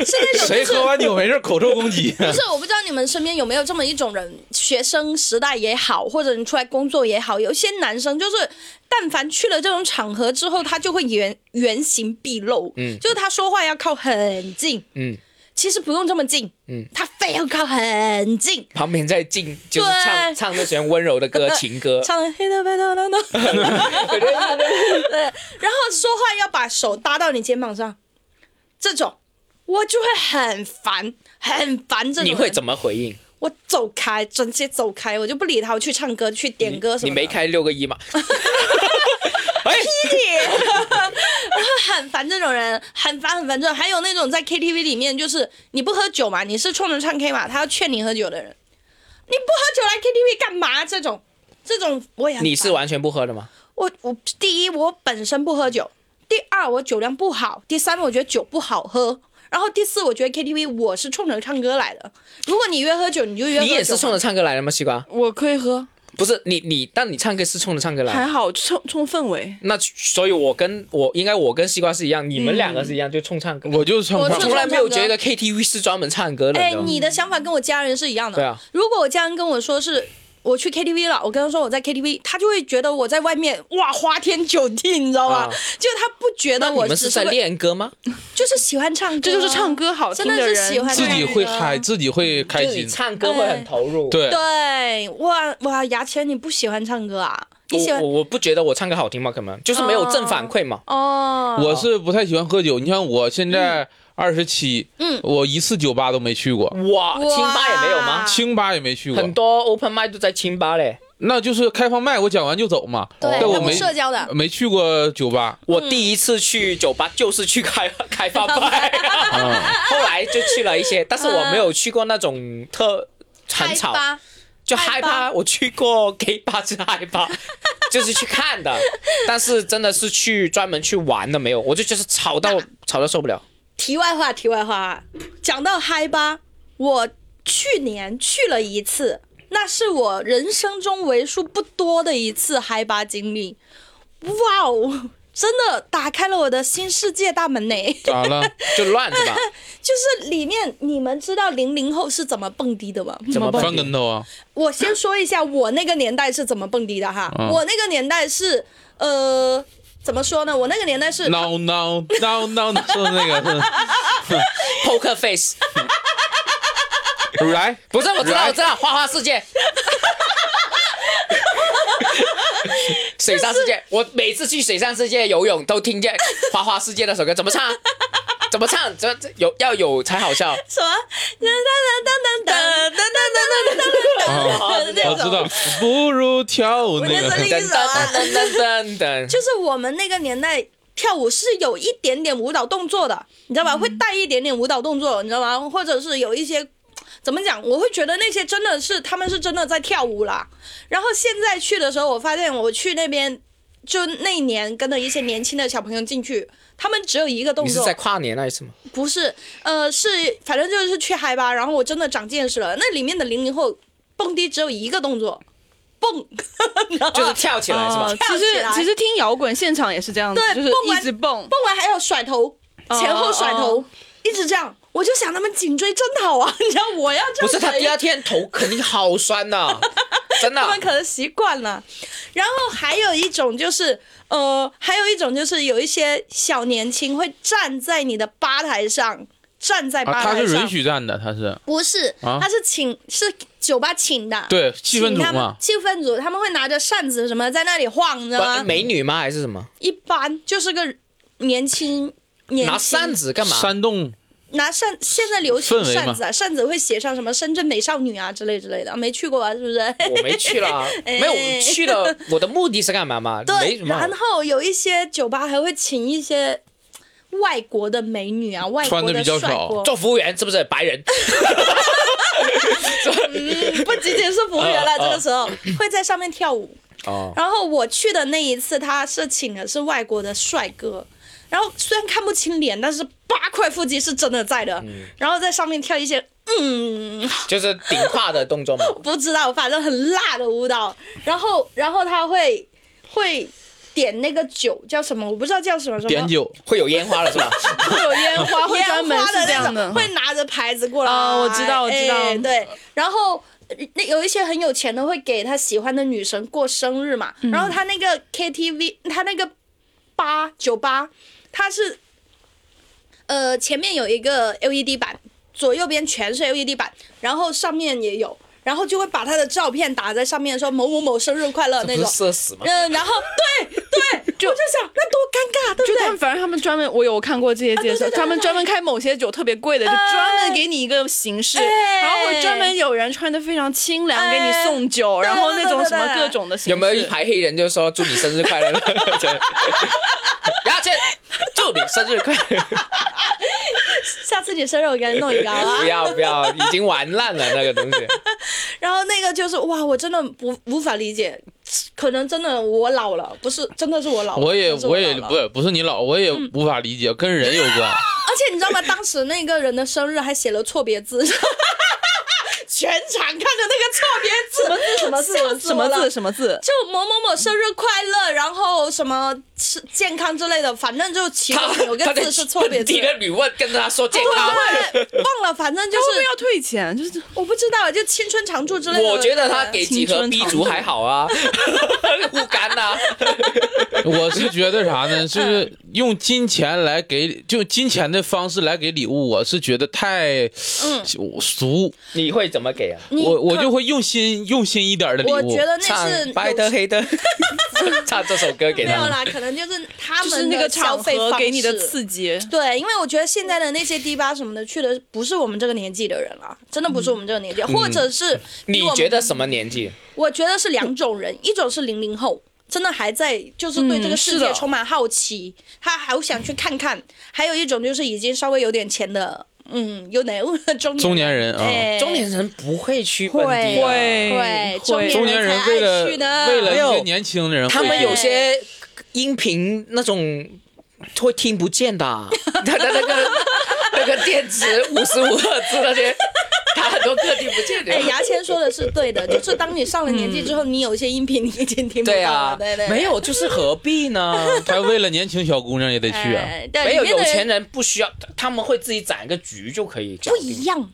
B: 是那种
A: 谁
B: 就是
A: 喝完酒没事口臭攻击？
B: 不是，我不知道你们身边有没有这么一种人，学生时代也好，或者你出来工作也好，有一些男生就是，但凡去了这种场合之后，他就会原原形毕露，
C: 嗯
B: 就是他说话要靠很近，
C: 嗯，
B: 其实不用这么近，
C: 嗯，
B: 他非要靠很近，
C: 旁边在进就是唱
B: 对
C: 唱那些温柔的歌，情歌，
B: 唱的黑的白的的 的， 对，然后说话要把手搭到你肩膀上，这种我就会很烦，很烦这种人。
C: 你会怎么回应？
B: 我走开，直接走开，我就不理他，我去唱歌，去点歌什么的。
C: 你没开六个 一嘛？哎，
B: 我很烦这种人，很烦很烦这种。还有那种在 KTV 里面，就是你不喝酒嘛，你是冲着唱 K 嘛，他要劝你喝酒的人，你不喝酒来 KTV 干嘛？这种，这种我也很烦
C: 你是完全不喝的吗？
B: 我我第一我本身不喝酒，第二我酒量不好，第三我觉得酒不好喝。然后第四，我觉得 KTV 我是冲着唱歌来的。如果你约喝酒，你就约喝
C: 你
B: 酒吧。
C: 也是冲着唱歌来的吗？西瓜
D: 我可以喝，
C: 不是你你，但你唱歌是冲着唱歌来
D: 还
C: 的。
D: 好，冲冲氛围。
C: 那所以，我跟我应该我跟西瓜是一样，你们两个是一样，就冲唱歌。
B: 嗯
A: 我就是唱
B: 我
A: 唱
B: 就
C: 从
A: 歌
C: 来没有觉得 KTV 是专门唱歌的。
B: 哎，
C: 知道吗
B: 你的想法跟我家人是一样的。
C: 对啊
B: 如果我家人跟我说是我去 KTV 了，我跟他说我在 KTV，他就会觉得我在外面哇花天酒地，你知道吗？
C: 啊
B: 就他不觉
C: 那
B: 得
C: 你
B: 我
C: 们
B: 只
C: 是在
B: 会
C: 练歌吗？
B: 就是喜欢唱歌，
D: 这就是唱。歌好听
B: 啊真的是
D: 人
B: 喜欢
A: 自己会
B: 唱歌
A: 嗨，自己会开
C: 就是你
A: 心，
C: 唱歌会很投入。，
A: 对。
B: 对，哇哇，牙签你不喜欢唱歌啊？你喜
C: 我
B: 欢
C: 我我不觉得我唱歌好听嘛，可能就是没有正反馈嘛。
B: 哦？
A: 我是不太喜欢喝酒，你像我现在二十七，
B: 嗯
A: 我一次酒吧都没去过，
C: 哇，
B: 哇
C: 清吧也没有吗？
A: 清吧也没去过
C: 嗯很，多 open mic 都在清吧嘞。
B: 嗯
A: 那就是开放麦，我讲完就走嘛。
B: 对，
A: 但我
B: 他不
A: 没
B: 社交的。
A: 没去过酒吧，
C: 我第一次去 酒吧就是去开开放麦，后来就去了一
B: 嗯
C: 些，但是我没有去过那种特很吵，
B: 嗨吧
C: 就
B: 嗨
C: 害
B: 吧
C: 怕。我去过 gay 吧 是害怕，就是去看的，但是真的是去专门去玩的没有，我就就是吵到吵到受不了。
B: 题外话，题外话啊，讲到嗨吧，我去年去了一次，那是我人生中为数不多的一次嗨吧经历。哇哦，真的打开了我的新世界大门呢！
A: 咋了？
C: 就乱是 吧？
B: 就是里面，你们知道零零后是怎么蹦迪的吗？
C: 怎么办
A: 翻跟头啊？
B: 我先说一下我那个年代是怎么蹦迪的哈。
A: 嗯
B: 我那个年代是，呃，怎么说呢？我那个年代是
A: no no no no，是 那个
C: ？Poker face，
A: 是 right，
C: 不是我知道我知道，花花 世界，水上世界，我每次去水上世界游泳都听见 花花世界那首歌，怎么唱？怎么唱？这这有要有才好笑。
B: 什么？噔噔噔噔噔噔
A: 我
B: 噔噔噔噔噔噔那种
A: 哦知道，不如跳舞那
B: 我那是
A: 个
B: 另一
C: 噔
B: 首啊
C: 噔噔噔噔噔，
B: 就是我们那个年代跳舞是有一点点舞蹈动作的，你知道吧？会带一点点舞蹈动作，你知道吗？或者是有一些。怎么讲？我会觉得那些真的是他们是真的在跳舞啦。然后现在去的时候，我发现我去那边，就那一年跟着一些年轻的小朋友进去，他们只有一个动
C: 你是
B: 作
C: 在，跨年那一次吗？
B: 不是，呃，是反正就是去嗨吧。然后我真的长见识了，那里面的零零后蹦迪只有一个动作，蹦，
C: 就是跳起来是吧
D: 哦？其
B: 跳
D: 实
B: 起来
D: 其实听摇滚现场也是这样子，
B: 对
D: 就是
B: 蹦完
D: 一直蹦。
B: 蹦完还要甩头，前后甩头，
D: 哦
B: 一直这样。我就想他们颈椎真好啊！ 你知道我要这样
C: 不是，他
B: 甩
C: 第二天头肯定好酸呐、真的啊
B: 他。们可能习惯了。然后还有一种就是，呃，还有一种就是有一些小年轻会站在你的吧台上，站在吧
A: 啊，他
B: 台
A: 是
B: 上，
A: 允许站的，他是
B: 不是，
A: 啊
B: 他是请是酒吧请的，
A: 对气氛
B: 请
A: 组
B: 他们
A: 嘛。
B: 气氛组他们会拿着扇子什么在那里晃，你知道
C: 不
B: 吗？
C: 美女吗？还是什么？
B: 一般就是个年轻年轻
C: 拿扇子干嘛？
A: 煽动
B: 拿扇，现在流行
A: 氛围嘛
B: 扇子啊，扇子会写上什么深圳美少女啊之类之类的，没去过吧？啊是不 是？
C: 我没去了 啊，没有我去了。我的目的是干嘛嘛？没
B: 哎对，
C: 什么好
B: 然。后有一些酒吧还会请一些外国的美女啊，外国
A: 穿得比较
B: 帅
A: 少
B: 哥，
C: 做服务员是不是白 人？
B: 嗯不仅仅是服务员了，
C: 啊啊
B: 这个时候会在上面跳舞。
C: 哦，
B: 然后我去的那一次，他是请的是外国的帅哥，然后虽然看不清脸，但是八块腹肌是真的在的，
A: 嗯
B: 然后在上面跳一些嗯，
C: 就是顶胯的动作嘛。
B: 不知道，反正很辣的舞蹈，然后然后他会会点那个酒叫什么，我不知道叫什么什么。
A: 点酒，
C: 会有烟花了是吧？
D: 会 有烟花，会
B: 烟
D: 专门
B: 花
D: 是
B: 的
D: 这
B: 那
D: 样
B: 种，
D: 的。
B: 会拿着牌子过来。
D: 啊我知道我知道
B: 哎对，然后呃那有一些很有钱的会给他喜欢的女生过生日嘛，
D: 嗯
B: 然后他那个 KTV，他那个吧酒吧，他是 E 呃前面有一个 LED 板，左右边全是 LED 板，然后上面也有。然后就会把他的照片打在上面，说某某某生日快乐那
C: 不是
B: 种。
C: 社死吗？
B: 嗯，然后对对，
D: 就
B: 我就想那多尴尬，对不
D: 就
B: 对
D: 他？们，反正他们专门，我有看过这
B: 啊
D: 些介绍，他们专门开某些酒特别贵的，就专门给你一个形式，
B: 哎
D: 然后会专门有人穿的非常清凉给你
B: 哎
D: 送酒，然后
B: 对对
D: 那种
B: 对
D: 什么
B: 对
D: 各种的形式。
C: 有没有一排黑人就说祝你生日快乐？ 牙签，祝你生日快乐！
B: 下次你生日我给你弄一个 啊
C: 不。要不要，已经玩烂了那个东西。
B: 然后那个就是哇，我真的不无法理解，可能真的我老了，不是真的是我老了，
A: 我也
B: 真的是
A: 我也
B: 老了嗯
A: 不是不是你老，我也无法理解，跟人有关。
B: 而且你知道吗？当时那个人的生日还写了错别字，全场看着那个错别字，什么字？什么字？
D: 什么字？？什么字？
B: 就某某某生日快乐，然后什么吃健康之类的，反正就其中有个
C: 他
B: 字是错别字。啊
C: 你的女问跟着他说健康。啊
B: 对，忘了，反正就
D: 他会不
B: 是
D: 会要退钱？就是
B: 我不知道，就青春常驻之类的。
C: 我觉得他给几
D: 青
C: 盒
D: 春
C: B
D: 糖
C: 族还好啊，护肝 呐。
A: 我是觉得啥呢？就是用金钱来给，就金钱的方式来给礼物，我是觉得太
B: 嗯
A: 俗。
C: 你会怎么给啊？
B: 你
A: 我我
B: 可
A: 就会用心用心一点的礼
B: 我
A: 物
B: 觉。得那
C: 唱
B: 是
C: 白的
B: 有
C: 黑的， 唱这首歌给
B: 没
C: 他
B: 有
C: 们。
B: 啦，可能就是他
D: 就是
B: 们
D: 那
B: 的
D: 个
B: 消
D: 场
B: 费
D: 合
B: 方
D: 给你的
B: 式
D: 刺激。
B: 对，因为我觉得现在的那些迪吧什么的，去的不是我们这个年纪的人了，真的不是我们这个年纪，或者是比
C: 你
B: 我们
C: 觉得？什么年纪？
B: 我觉得是两种人，一种是零零后。真的还在，就是对这个
D: 嗯
B: 世
D: 是
B: 界
D: 的
B: 充满好奇，他好想去看看。还有一种就是已经稍微有点钱的，嗯，有哪位 中
A: 中年人啊，
B: 哎
C: 中年人不会去
B: 会
C: 蹦迪啊，
B: 对
D: 会
B: 中
D: 会
B: 年
A: 中年人
B: 才
A: 为
B: 爱
A: 了
B: 去呢哎
A: 为了
C: 没
A: 一
C: 有
A: 些年轻人会，
C: 他们
B: 对
C: 有些音频那种会听不见 的啊，他的那个那个电池五十五赫兹那些，他很多歌听不见的
B: 哎，。牙签说的是对 的，就是当你上了年纪之后，你有一些音频你已经听不到
C: 对
B: 了，
C: 啊，
B: 对对，
C: 没有就是何必呢？
A: 他为了年轻小姑娘也得去啊。
B: 哎对
C: 没有
B: 里面
C: 有
B: 的人
C: 钱人不需要，他们会自己攒一个局就可以搞
B: 不
C: 定。
B: 一样，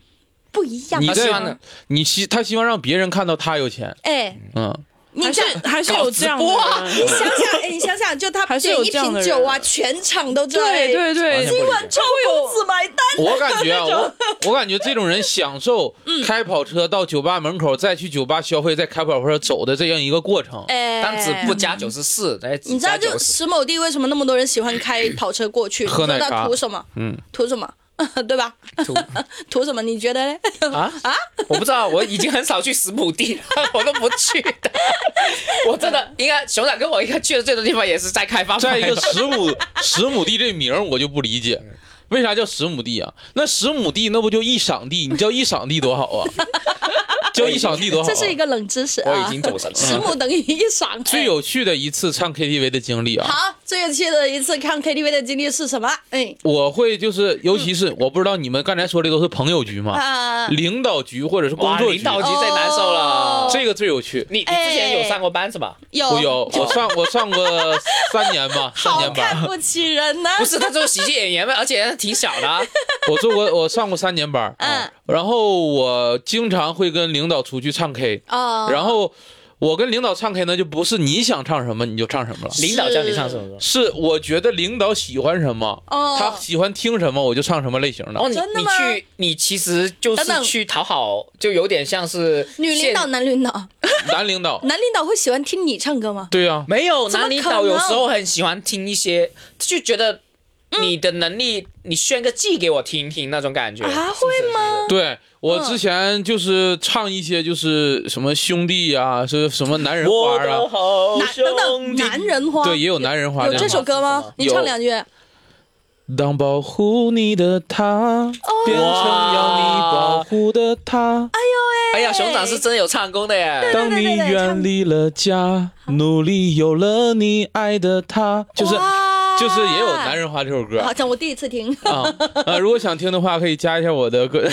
B: 不一样。
A: 你
D: 啊
C: 他希望
A: 在
C: 呢
A: 你希他希望让别人看到他有钱，
B: 哎，
A: 嗯，
B: 你
D: 还
B: 这
D: 是
B: 样
D: 还是有这样的
C: 搞直播啊
D: 人，
B: 你 想想，哎，你想想，就他
D: 还是
B: 点
D: 有
B: 一
D: 这样的
B: 瓶
D: 人
B: 酒啊，全场都在。
D: 对对
C: 完
D: 对，
C: 全不理解
B: 臭公子买单。
A: 我感 觉啊，我我感觉这种人享受
B: 嗯
A: 开跑车到酒吧门口，再去酒吧消费，再开跑车走的这样一个过程。
B: 哎，
C: 当时不加九十四，哎，只
B: 你知道
C: 加
B: 就
C: 九十，
B: 石某地为什么那么多人喜欢开跑车过去？
A: 喝
B: 你知
A: 奶
B: 道
A: 茶
B: 图什么？
A: 嗯，
B: 图什么？ 对吧？
C: 图
B: 图什么？你觉得嘞？
C: 啊啊！我不知道，我已经很少去十亩地了， 我都不去的。我真的应该，熊掌跟我应该去的最多地方也是在开发，
A: 再一个十 亩十亩地这名儿我就不理解，为啥叫十亩地啊？那十亩地那不就一晌地？你叫一晌地多好 啊，叫一晌地多好、啊。
B: 这是一个冷知识
C: 我
B: 啊
C: 已！经走神
B: 十
C: 了。
B: 亩等于一晌。
A: 最有趣的一次唱 KTV 的经历
B: 哎
A: 啊，
B: 好，最有趣的一次看 KTV 的经历是什么？哎
A: 我会就是，尤其是我不知道你们刚才说的都是朋友局嘛，
B: 嗯啊，
A: 领导局或者是工
C: 哇，
A: 作
C: 领
A: 局，
C: 导局最难受了
B: 哦。哎
A: 这个最有趣。
C: 你你之前有上过班是吧？
B: 有
A: 我有，我上我上过三年吧，三
B: 哦 好
A: 年班。
B: 看不起人呢。
C: 不是，他做喜剧演员嘛，而且他挺小 的啊。
A: 我做过，我上过三年班儿，哦
B: 嗯
A: 然后我经常会跟领导出去唱 K，
B: 哦，
A: 然后我跟领导唱 K 呢，就不是你想唱什么你就唱什么了，
C: 领导叫你唱什么歌？
A: 是我觉得领导喜欢什么，
B: 哦
A: 他喜欢听什么我就唱什么类型的
C: 哦，。你
B: 真的
C: 你
B: 吗
C: 去，你其实就
B: 等等
C: 是去讨好，就有点像是
B: 女领导、
C: 现
B: 男领导，
A: 男领导，
B: 男领导会喜欢听你唱歌吗？
A: 对啊呀、
C: 没有，
B: 怎么
C: 男领
B: 可
C: 导有
B: 能
C: 时候很喜欢听一些，就觉得你的能力，你炫个技给我听听那种感觉
B: 啊会吗？
A: 对我
B: 嗯
A: 之前就是唱一些就是什么兄弟呀、是什么男
C: 是
A: 人
C: 不是我
A: 花
C: 的
A: 啊，
C: 好
B: 男等等，
C: 兄弟，
B: 男人花
A: 对，也有男人花
B: 有
A: 这
B: 这
A: 种。
B: 首歌吗？你唱
A: 有
B: 两句。
A: 当保护你的他
B: 哦
A: 变成要你保护的他，
C: 哎呀，熊掌是真有唱功的耶。
A: 当你远离了家，努力有了你爱的他，就是
B: 哇
A: 就是也有男。人花这首歌
B: 好像我第一次 听，
A: 啊啊！如果想听的话，可以加一下我的 歌，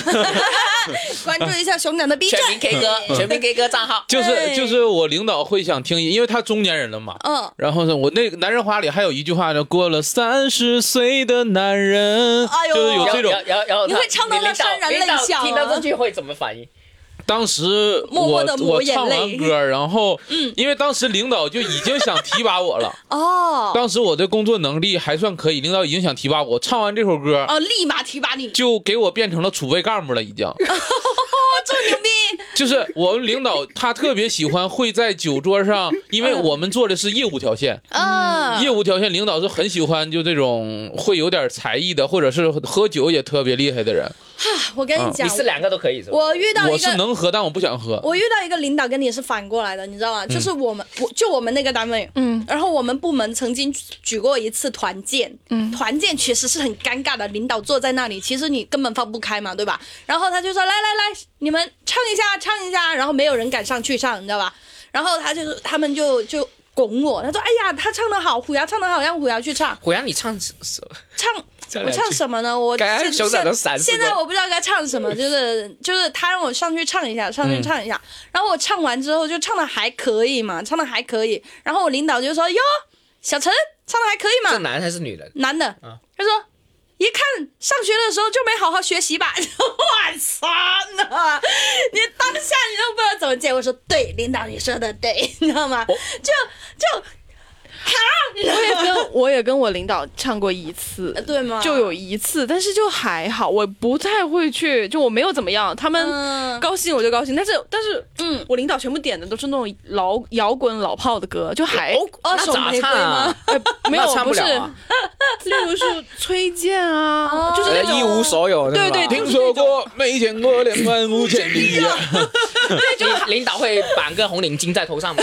B: 关注一下熊掌的 B 站
C: 全。民 K 歌，全民 K 歌账号。
A: 嗯就是就是我领导会想听，因为他中年人了嘛。
B: 嗯，
A: 然后呢，我那个男人花里还有一句话叫“过了三十岁的男人”，
B: 哎呦
A: 就是有
C: 然后
A: 这种。
C: 然后然后
B: 你会唱到
C: 领导
B: 让潸然泪啊
C: 领导
B: 下
C: 听到
B: 吗
C: 这句会怎么反应？
A: 当时我
B: 默默地抹
A: 我
B: 眼
A: 唱完
B: 泪嗯
A: 歌，然后因为当时领导就已经想提拔我了，
B: 哦，
A: 当时我的工作能力还算可以，领导已经想提拔我。唱完这首歌，
B: 哦，立马提拔你， 啊
A: 就给我变成了储备干部了，已经。
B: 哦，这么牛逼！
A: 就是我们领导他特别喜欢会在酒桌 上，因为我们做的是业务条线，
B: 啊，
A: 业务条线领导是很喜欢就这种会有点才艺的，或者是喝酒也特别厉害的人。
B: 我跟
A: 嗯
B: 你讲
C: 你，是两个都可以是吧？
B: 我遇到
A: 我
B: 一
A: 是
B: 个。
A: 能喝，但我不想喝。
B: 我遇到一个领导跟你是反过来的，你知道吗？就是我们，我就我们那个单位，嗯，然后我们部门曾经举过一次团建，嗯，团建确实是很尴尬的，领导坐在那里，其实你根本放不开嘛，对吧？然后他就说来来来，你们唱一下，唱一下，然后没有人敢上去唱，你知道吧？然后他就是他们就就拱我，他说哎呀，他唱的好，虎牙唱的好，让虎牙去唱，
C: 虎牙，你唱什么？
B: 唱
C: 唱
B: 我
C: 两
B: 唱
C: 句
B: 什么呢？我
C: 感觉
B: 现
C: 手掌都闪
B: 现
C: 烁
B: 现在我不知道该唱什么，就是就是他让我上去唱一下，上去唱一下。然后我唱完之后就唱的还可以嘛，唱的还可以。然后我领导就说：“哟，小陈唱的还可
C: 这
B: 以嘛。
C: 男还是女人”？
B: 男的，他说。一看上学的时候就没好好学习吧， 我操呢！你当下你都不知道怎么接。我说对，领导你说的对，你知道吗？就就
D: 我也跟我也跟我领导唱过一次
B: 呃，对吗
D: 就有一次，但是就还好，我不太会去，就我没有怎么样，他
B: 嗯
D: 们高兴我就高兴，但是但是，
B: 嗯
D: 嗯，我领导全部点的都是那种老摇滚老炮的歌，就还哎
B: 哦
C: 哎那
B: 手
C: 咋
B: 玫瑰
C: 唱啊
B: 吗？
D: 没有
C: 那唱不
D: 不是
C: 了，啊，
D: 例如是崔健
B: 哦
D: 啊，就是
C: 呃
D: 那
C: 一
D: 种
C: 无所有，
D: 对
C: 是吧
D: 对对
A: 听说过没见过两万五千里啊呀、
C: 领领导会绑个红领巾在头上吗？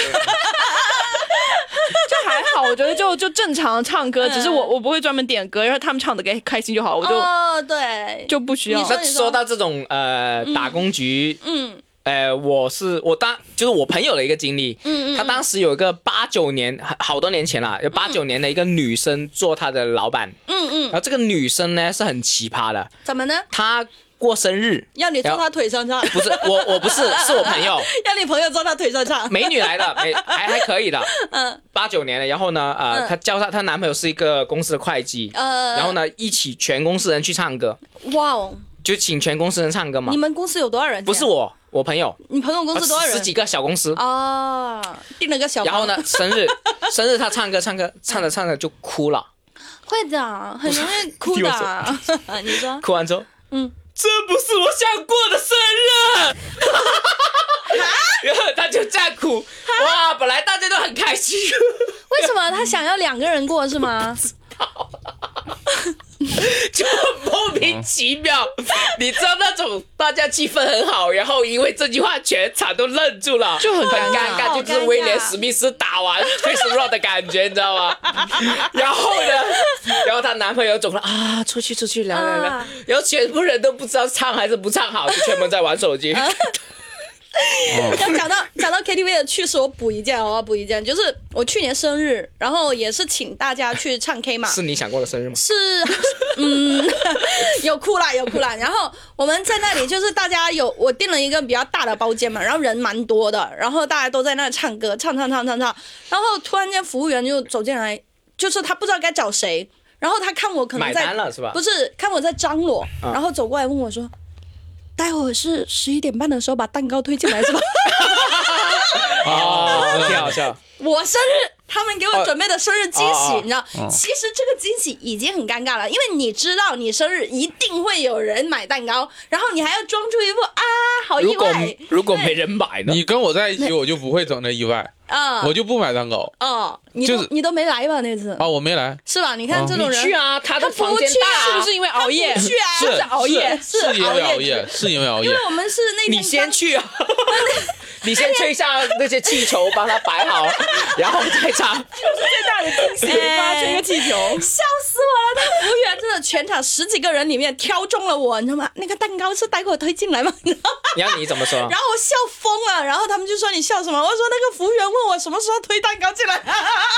D: 就还好，我觉得就就正常唱歌，
B: 嗯
D: 只是我我不会专门点歌，然后他们唱的开开心就好，我就
B: 哦，对，
D: 就不需要
B: 你。
C: 那说到这种呃打工局，
B: 嗯
C: 呃，我是我当就是我朋友的一个经历，
B: 嗯嗯
C: 他当时有一个八九年好好多年前了，有八九年的一个女生做他的老板，
B: 嗯嗯
C: 然，后这个女生呢是很奇葩的，
B: 怎么呢？
C: 她过生日
B: 要你坐他腿上唱，
C: 不是我我不是是我朋友，
B: 要你朋友坐他腿上唱。
C: 美女来的，美还还可以的，
B: 嗯
C: 八九年的，然后呢，
B: 嗯
C: 呃，她叫她她男朋友是一个公司的会计，
B: 呃，
C: 然后？呢一起全公司人去唱歌，
B: 哇哦，
C: 就请全公司人唱歌嘛
B: 你，们公司有多少人？
C: 不是，我我朋友，
B: 你朋友公司多少人？
C: 十几个小公司，
B: 啊，订了个小。
C: 然后？呢，生 日生日他唱歌唱歌唱着唱着就哭了，
B: 会的，很容易哭的。 你说
C: 哭完之后，
B: 嗯，
C: 这不是我想过的生日。 然后他就这样哭，哇！本来大家都很开心，
B: 为什么他想要两个人过是吗？
C: 就很莫名其妙。你知道那种大家气氛很好，然后因为这句话全场都愣住了，
D: 就很
C: 很
D: 尴
C: 尴
D: 尬
C: 尬，
B: 好
C: 就就是
B: 尴
C: 威廉
B: 尬
C: 史密斯打完 Chris Rock 的感觉，你知道 吗？然后呢，然后她男朋友走了啊，出去出去聊聊聊
B: 啊，
C: 然后全部人都不知道唱还是不唱好，就全部在玩手
B: 啊
C: 机。
B: 要 讲到讲到 KTV 的趣事，我补一件，我要补一件，就是我去年生日，然后也是请大家去唱 K 嘛，
C: 是你想过的生日吗？
B: 是， 嗯， 有哭啦，有哭啦。然后我们在那里就是大家有我订了一个比较大的包间嘛，然后人蛮多的，然后大家都在那唱歌，唱唱唱唱唱。然后突然间服务员就走进来，就是他不知道该找谁，然后他看我可能
C: 买
B: 在
C: 单了是吧啊
B: 不？是看我在张罗，然后走过来问我说：“待会儿是十一点半的时候把蛋糕推进来是吧？”
C: 哦，挺好笑。
B: 我生日，他们给我准备的生日惊喜，
C: 哦
B: 你知道，其实这个惊喜已经很尴尬了，因为你知道你生日一定会有人买蛋糕，然后你还要装出一副啊好
C: 如
B: 意
C: 果
B: 外
C: 如果没人买呢？
A: 你跟我在一起，我就不会整这意外，
B: 啊，
A: 我就不买蛋糕
B: 哦，你都
A: 就是
B: 你都没来吧那次
A: 啊！我没来，
B: 是吧？你看这种
C: 你
B: 人
C: 去啊，他的
B: 他不
C: 房间
B: 去啊
C: 大，
D: 是不是因为熬夜？
B: 不去啊，
A: 是
D: 熬夜
A: 是
B: 是
A: 是因为
B: 熬
A: 熬
B: 夜
A: 夜，是因为熬夜
B: 因为。我们是那天
C: 你先去啊， 你先吹下那些气球，帮他摆 好，然后再唱。
D: 最大的惊喜发
B: 哎
D: 这个气球，
B: 笑死我了！那个服务员真的全场十几个人里面挑中了我，你知道吗？那个蛋糕是待会儿推进来吗？
C: 然后你怎么说？
B: 然后我笑疯了，然后他们就说你笑什么？我说那个服务员问我什么时候推蛋糕进来，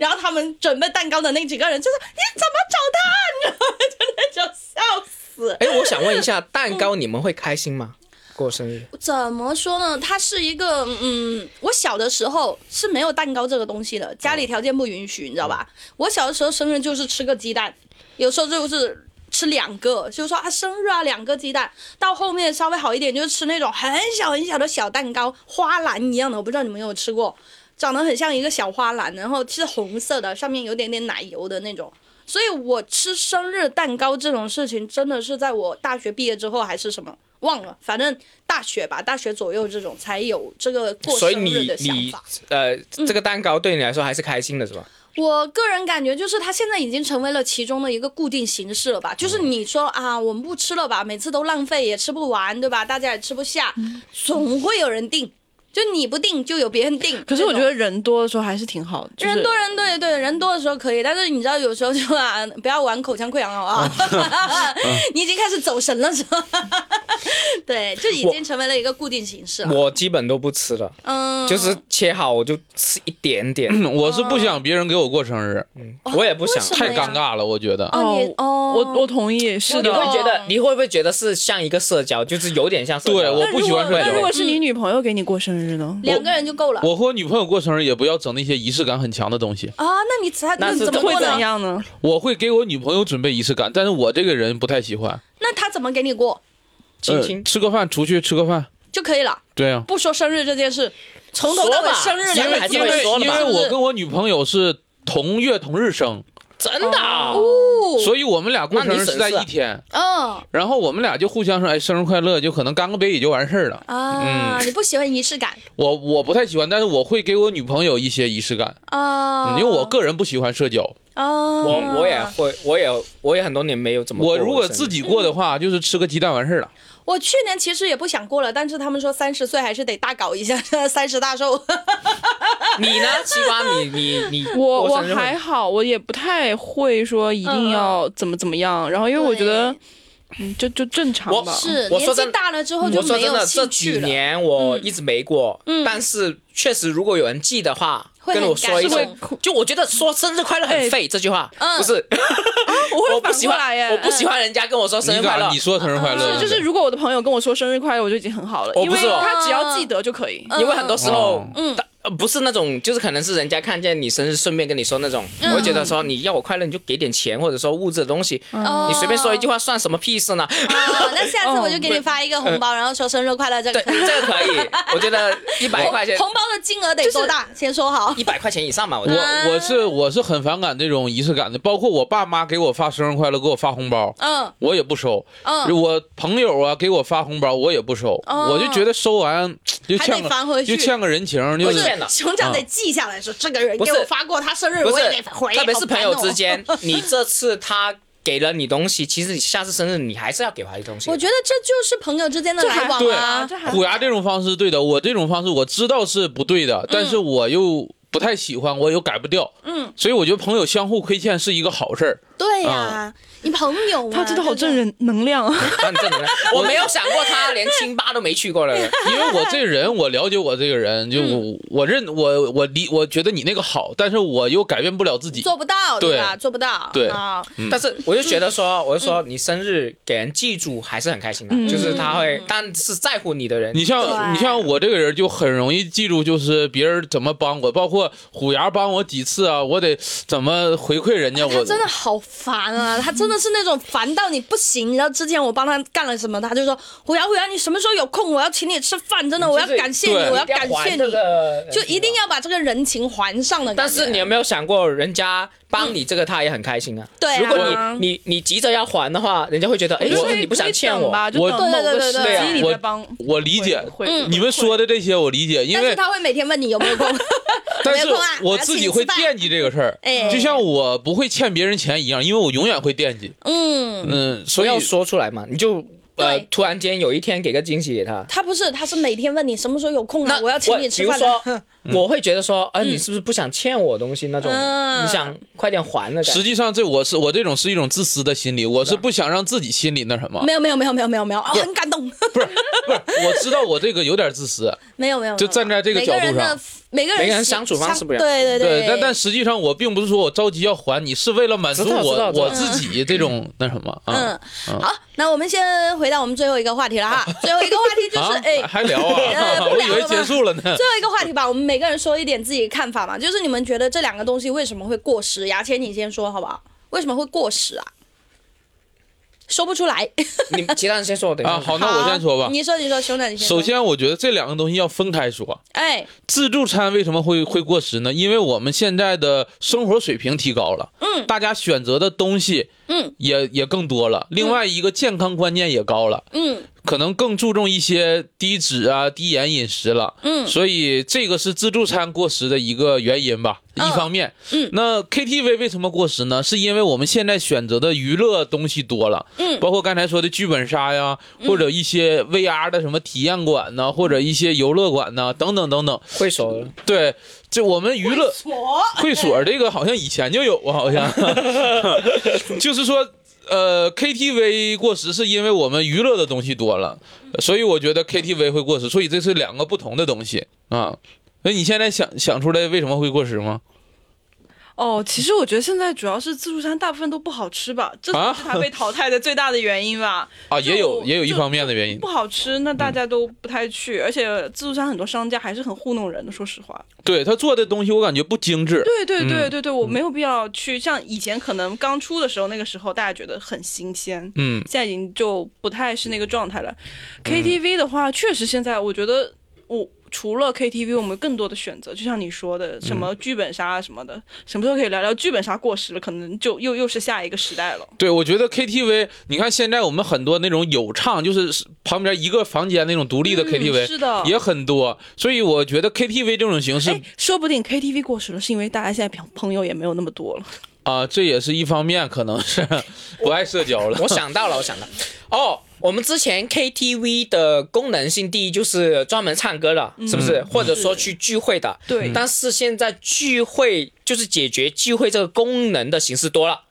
B: 然后他们准备蛋糕的那几个人就说你怎么找他？你 知道吗？真的就笑死。
C: 哎，我想问一下，蛋糕你们会开心吗？过生日？
B: 怎么说呢？它是一个嗯，我小的时候是没有蛋糕这个东西的，家里条件不允许，你知道吧？我小的时候生日就是吃个鸡蛋，有时候就是。吃两个，就是说啊，生日啊，两个鸡蛋。到后面稍微好一点，就是吃那种很小很小的小蛋糕，花篮一样的，我不知道你们有没有吃过，长得很像一个小花篮，然后是红色的，上面有点点奶油的那种，所以我吃生日蛋糕这种事情，真的是在我大学毕业之后还是什么忘了，反正大学吧，大学左右这种才有这个过
C: 所以
B: 生
C: 你
B: 日的想
C: 你
B: 法。嗯
C: 呃，这个蛋糕对你来说还是开心的是吧？
B: 我个人感觉就是它现在已经成为了其中的一个固定形式了吧，就是
D: 嗯
B: 你说啊，我们不吃了吧，每次都浪费，也吃不完，对吧？大家也吃不下，
D: 嗯
B: 总会有人订，就你不订就有别人订。
D: 可是我
B: 这
D: 觉
B: 种
D: 得人多的时候还是挺好的，就是
B: 人多人对对人多的时候可以，但是你知道有时候就啊，不要玩口腔溃疡了 啊，你已经开始走神了是吧？ 对，就已经成为了一个固定形式了。
C: 我基本都不吃的，
B: 嗯，
C: 就是切好我就吃一点点，
A: 我是不想别人给我过生日，
C: 我也不想
B: 哦为什
A: 太
B: 么
A: 尴尬了，我觉得。
B: 哦你哦
D: 我我同意，是
C: 你
D: 的
B: 我
C: 会。觉得
B: 哦
C: 你会不会觉得是像一个社交，就是有点像社交
A: 对我不喜欢社
D: 那如果
A: 交
D: 那如果是你女朋友给你过生日呢？
B: 两个人就够了
A: 我和我女朋友过生日也不要整那些仪式感很强的东西，
B: 啊。那你才
C: 那
B: 那
C: 是
B: 怎么
D: 会
B: 过
D: 怎
B: 呢？
D: 样呢？
A: 我会给我女朋友准备仪式感，但是我这个人不太喜欢。
B: 那他怎么给你过
C: 亲
A: 呃
C: 亲。
A: 吃个饭，出去吃个饭，
B: 就可以了，
A: 对呀、
B: 不说生日这件事，从头到
C: 说
B: 尾
C: 吧
B: 生日
C: 因
B: 两
C: 为
B: 个
C: 还
A: 啊。
B: 字
A: 因
C: 是会
A: 为
C: 说的
A: 因
C: 嘛
A: 为我跟我女朋友是同月同日生，
C: 真的啊，
B: 哦，
A: 所以我们俩过生日是在一天，
B: 嗯
A: 然后我们俩就互相说，哎，生日快乐，就可能干个杯也就完事儿了。
C: 嗯
B: 啊，你不喜欢仪式感
A: 我我不太喜欢，但是我会给我女朋友一些仪式感，
B: 啊？
C: 嗯
A: 因为我个人不喜欢社交。
B: 啊，
C: 我我也
D: 嗯
C: 会，我也我也很多年没有怎么过
A: 我
C: 生日。
A: 如果自己过的话，就是吃个鸡蛋完事儿了。
B: 我去年其实也不想过了，但是他们说三十岁还是得大搞一下， 三十大 寿。
C: 你呢，西瓜，你你你，
D: 我我
C: 生日会
D: 还好，我也不太会说一定要怎么怎么样。然后因为我觉得，嗯，就就正常
C: 我
D: 吧。
B: 是啊
C: 我
B: 年
C: 说
B: 纪
C: 真嗯
B: 大了之后就
C: 我说
B: 没
C: 真的，
B: 有
C: 这
B: 兴
C: 几
B: 趣了。
C: 年我
D: 嗯
C: 一直没过，但是确实如果有人记的话，
B: 会很
C: 跟我说一
B: 感
C: 声，就我觉得说生日快乐很废这句话，不是，
D: 哎嗯啊我
C: 我不
D: 会反
C: 喜
D: 过来
C: 欢，
D: 耶。嗯
C: 我不喜欢人家跟我说生
A: 你
C: 日快乐
A: 敢，你说生日快乐，
D: 是，啊就是如果我的朋友跟我说生日快乐，我就已经很好了，
C: 我
D: 因
C: 不
D: 为
C: 是哦
D: 他只要记得就可以。
C: 因为很多时候
A: 哦，
C: 嗯。呃不是那种，就是可能是人家看见你生日，顺便跟你说那种，
D: 嗯
C: 我会觉得说你要我快乐，你就给点钱或者说物质的东西，
D: 嗯
C: 你随便说
D: 哦
C: 一句话算什么屁事呢？
B: 哦啊，那下次我就给你发一个红包，然后说生日快乐，这个
C: 对，
B: 可以。
C: 这个可以，我觉得一百块钱，
B: 红包的金额得多大？先说好。
C: 一百块钱以上吧，我觉
B: 啊
C: 得。
A: 我我是我是很反感这种仪式感的，包括我爸妈给我发生日快乐，给我发红包，
B: 嗯
A: 我也不收。
B: 嗯
A: 我朋友啊给我发红包，我也不收，
B: 哦
A: 我就觉得收完就
B: 还
A: 欠
B: 得
A: 个
B: 返回去
A: 就欠个人情，就
C: 不
A: 是
C: 是呢
B: 熊掌得记下来，说这个人
C: 不
B: 给
C: 是
B: 我发过他生日，
C: 不
B: 我
C: 是
B: 也得，回。
C: 特别是朋友之
B: 好
C: 间
B: 烦哦，
C: 你这次他给了你东西，其实你下次生日你还是要给他一东西。
B: 我觉得这就是朋友之间的
D: 这
B: 来
D: 还
B: 往
A: 对
B: 啊。
D: 这还
A: 虎牙这种方式是对的，我这种方式我知道是不对的，但是
B: 嗯
A: 我又不太喜欢，我又改不掉，嗯，所以我觉得朋友相互亏欠是一个好事儿。
B: 对呀，你朋友啊
D: 他真的好
B: 对
D: 正
B: 不对
D: 人能量啊！
C: 很正 能量，我没有想过他连清吧都没去过了。
A: 因为我这人，我了解我这个人，就我、
B: 嗯
A: 我认我我理我觉得你那个好，但是我又改变不了自己。
B: 做不到，对
A: 对
B: 吧？做不到，
A: 对
B: 啊，
C: 但是我就觉得说，我就说你生日给人记住还是很开心
B: 嗯
C: 的，就是他会，但是在乎你的人，
A: 你像
B: 对
A: 你像我这个人就很容易记住，就是别人怎么帮我，包括虎牙帮我几次啊，我得怎么回馈人家。
B: 哎他
A: 我
B: 真的好烦啊！他真的是那种烦到你不行。你知道之前我帮他干了什么，他就说：“虎牙，虎牙，你什么时候有空？我要请你吃饭，真的，我要感谢
A: 对
B: 你，我要
C: 一定
B: 感谢
C: 还
B: 你
C: 这，个人
B: 就一定要把这个人情还上的感
C: 但
B: 觉。”
C: 是你有没有想过，人家帮你这个，他也很开心啊。
B: 对啊
C: 如果你你你急着要还的话，人家会觉得，哎，是不
D: 所
C: 是
D: 以
C: 你不想
D: 所以
C: 欠
D: 等
C: 我？
D: 吧，就
A: 我
D: 等某
B: 对对
D: 个
B: 对
D: 时
B: 对对
C: 对啊
D: 机你
A: 我
D: 再帮。
A: 我理解
D: 会，
B: 嗯
A: 你们说的这些我理解，因
B: 但是
A: 为
B: 他会每天问你有没有空，有
A: 但
B: 没有
A: 是
B: 空啊？
A: 我
B: 要
A: 自
B: 请
A: 己
B: 你
A: 会
B: 吃饭
A: 惦记这个事儿
B: 哎，
A: 就像我不会欠别人钱一样，因为我永远会惦记。
B: 嗯，
A: 嗯，所
C: 不
A: 以
C: 要说出来嘛，你就呃
B: 对，
C: 突然间有一天给个惊喜给他。
B: 他不是，他是每天问你什么时候有空啊
C: 那？
B: 我要请你吃饭
C: 比
B: 啊。
C: 如说，我会觉得说，啊，你是不是不想欠我东西那种？
B: 嗯
C: 你想快点还的感
A: 实
C: 觉。
A: 际上这我是我这种是一种自私的心理，我是不想让自己心里那什么
B: 没。有没有没有没有没有没有，啊很 感动。
A: 不是不是，我知道我这个有点自私，
B: 没有没有，
A: 就站在这个角度上
B: 每个人的每个人
C: 每个人
B: 习
C: 相处方式不一样
B: 对对
A: 对，但但实际上我并不是说我着急要还你，是为了满足
C: 知道知道
A: 我
C: 知道
A: 我自己这种那什么啊
B: 嗯，好，那我们先回到我们最后一个话题了哈，最后一个话题就
A: 啊
B: 是哎。
A: 还聊啊，
B: 呃不
A: 我
B: 聊
A: 以为
B: 了吗
A: 结束了呢。
B: 最后一个话题吧，我们每个人说一点自己的看法嘛，就是你们觉得这两个东西为什么会过时？牙签，你先说好不好？为什么会过时啊？说不出来。
C: 你们其他人先说，我等一下
A: 啊。好，那我先说吧。
B: 你说，你说，熊仔，你先说
A: 首，先，我觉得这两个东西要分开说。
B: 哎，
A: 自助餐为什么会会过时呢？因为我们现在的生活水平提高了，嗯，大家选择的东西，
B: 嗯，
A: 也也更多了。另外一个健康观念也高了，
B: 嗯
A: 可能更注重一些低脂啊、低盐饮食了。
B: 嗯
A: 所以这个是自助餐过时的一个原因吧，
B: 嗯
A: 一方面。
B: 嗯
A: 那 KTV 为什么过时呢？是因为我们现在选择的娱乐东西多了，
B: 嗯
A: 包括刚才说的剧本杀呀，或者一些 VR 的什么体验馆呐，或者一些游乐馆呐，等等等等。
C: 会所
A: 对，这我们娱乐会所这个好像以前就有啊，好像， 就是说。呃，KTV 过时是因为我们娱乐的东西多了，所以我觉得 KTV 会过时，所以这是两个不同的东西啊。所以你现在想想出来为什么会过时吗？
D: 哦，其实我觉得现在主要是自助餐大部分都不好吃吧，这
A: 啊
D: 是它被淘汰的最大的原 因吧。
A: 啊，也有
D: 就
A: 也有一
D: 就
A: 方面的原因
D: 不，好吃，那大家都不太去，而且自助餐很多商家还是很糊弄人的，说实话。
A: 对他做的东西我感觉不精致，
D: 对对对对对，我没有必要去，像以前可能刚出的时候，那个时候大家觉得很新鲜。
A: 嗯，
D: 现在已经就不太是那个状态了。KTV 的话，确实现在我觉得我除了 KTV，我们更多的选择，就像你说的，什么剧本杀啊什么的，什么时候可以聊聊剧本杀过时了，可能就又又是下一个时代了。
A: 对，我觉得 KTV，你看现在我们很多那种有唱，就是旁边一个房间那种独立的
D: 嗯
A: KTV，、
D: 是的
A: 也很多，所以我觉得 KTV 这种形式
D: 哎，说不定 KTV 过时了，是因为大家现在朋朋友也没有那么多了。
A: 啊、这也是一方面，可能 是不爱社交了。
C: 我想到了，我想到了哦，我们之前 KTV 的功能性第一就是专门唱歌的，是不是？或者说去聚会的，
A: 嗯
D: 对
C: 但是现在聚会就是解决聚会这个功能的形式多了。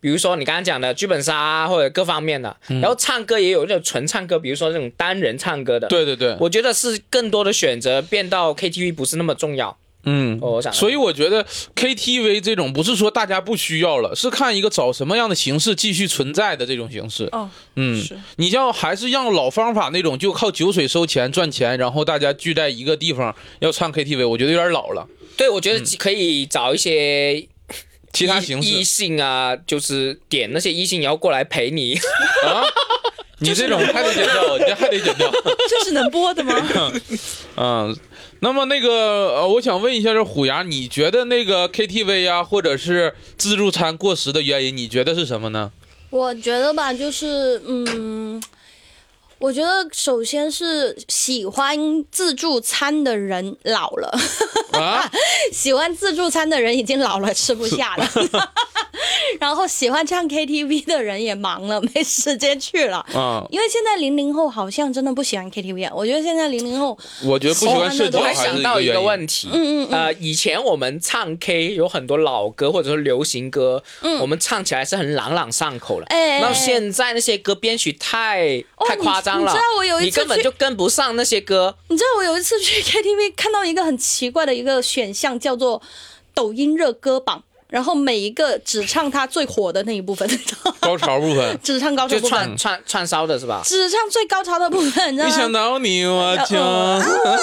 C: 比如说你刚刚讲的剧本杀啊或者各方面的，
A: 嗯
C: 然后唱歌也有那种纯唱歌，比如说那种单人唱歌的。，
A: 对对对，
C: 我觉得是更多的选择变到 KTV 不是那么重要。
A: 嗯，
C: 哦我想到了
A: 所以我觉得 KTV 这种不是说大家不需要了，是看一个找什么样的形式继续存在的这种形式。
D: 哦，
A: 嗯
D: 是，
A: 你要还是让老方法那种，就靠酒水收钱赚钱，然后大家聚在一个地方要唱 KTV，我觉得有点老了。
C: 对，我
A: 嗯
C: 觉得可以找一些
A: 其他
C: 异
A: 形
C: 异
A: 式
C: 性啊，就是点那些异性也要过来陪 你。
A: 啊， 你这种还得剪掉，你这还得剪掉。
D: 这是能播的吗？
A: 嗯，那么那个呃，我想问一下，这虎牙，你觉得那个 KTV 呀、或者是自助餐过时的原因，你觉得是什么呢？
B: 我觉得吧，就是嗯，我觉得首先是喜欢自助餐的人老了，
A: 啊，
B: 喜欢自助餐的人已经老了，吃不下了。然后喜欢唱 KTV 的人也忙了，没时间去了。
A: 啊，
B: 因为现在零零后好像真的不喜欢 KTV，啊我觉得现在零零后，
A: 我觉得不喜欢社
B: 对
A: 交
C: 哦我还
A: 还是
C: 想
A: 一
C: 到
A: 个
C: 一
A: 原
C: 个
A: 因。
C: 问题，
B: 嗯嗯嗯，
C: 呃，以前我们唱 K 有很多老歌或者说流行歌，我们唱起来是很朗朗上口了。
B: 嗯哎哎
C: 那
B: 哎
C: 现在那些歌编曲太
B: 哦
C: 太夸张
B: 你
C: 了，
B: 你知道我有一次
C: 你根本
B: 去
C: 就跟不上那些歌。
B: 你知道我有一次去 KTV 看到一个很奇怪的一个选项，叫做抖音热歌榜，然后每一个只唱他最火的那一部分， ，
A: 高潮部 分
B: 只唱高潮
C: 就
B: 部分，
C: 串串串烧的是吧？
B: 只唱最高潮的部分，你
A: 一
B: 知道
A: 想
B: 吗？
A: 到你我就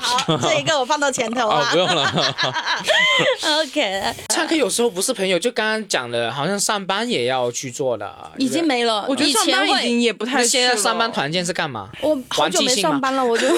B: 好，这一个我放到前头
A: 啊，
B: 啊
C: 哦
A: 不。用了。
B: OK，
C: 唱 K 有时候不是朋友，就刚刚讲的，好像上班也要去做的。啊
B: 已经没了。
D: 我觉得
B: 以
D: 上
B: 前
D: 班已经
B: 会，
D: 也不
C: 那
D: 太
C: 现在
D: 去了
C: 上班团建是干 嘛？
B: 我好久没上班了，我就我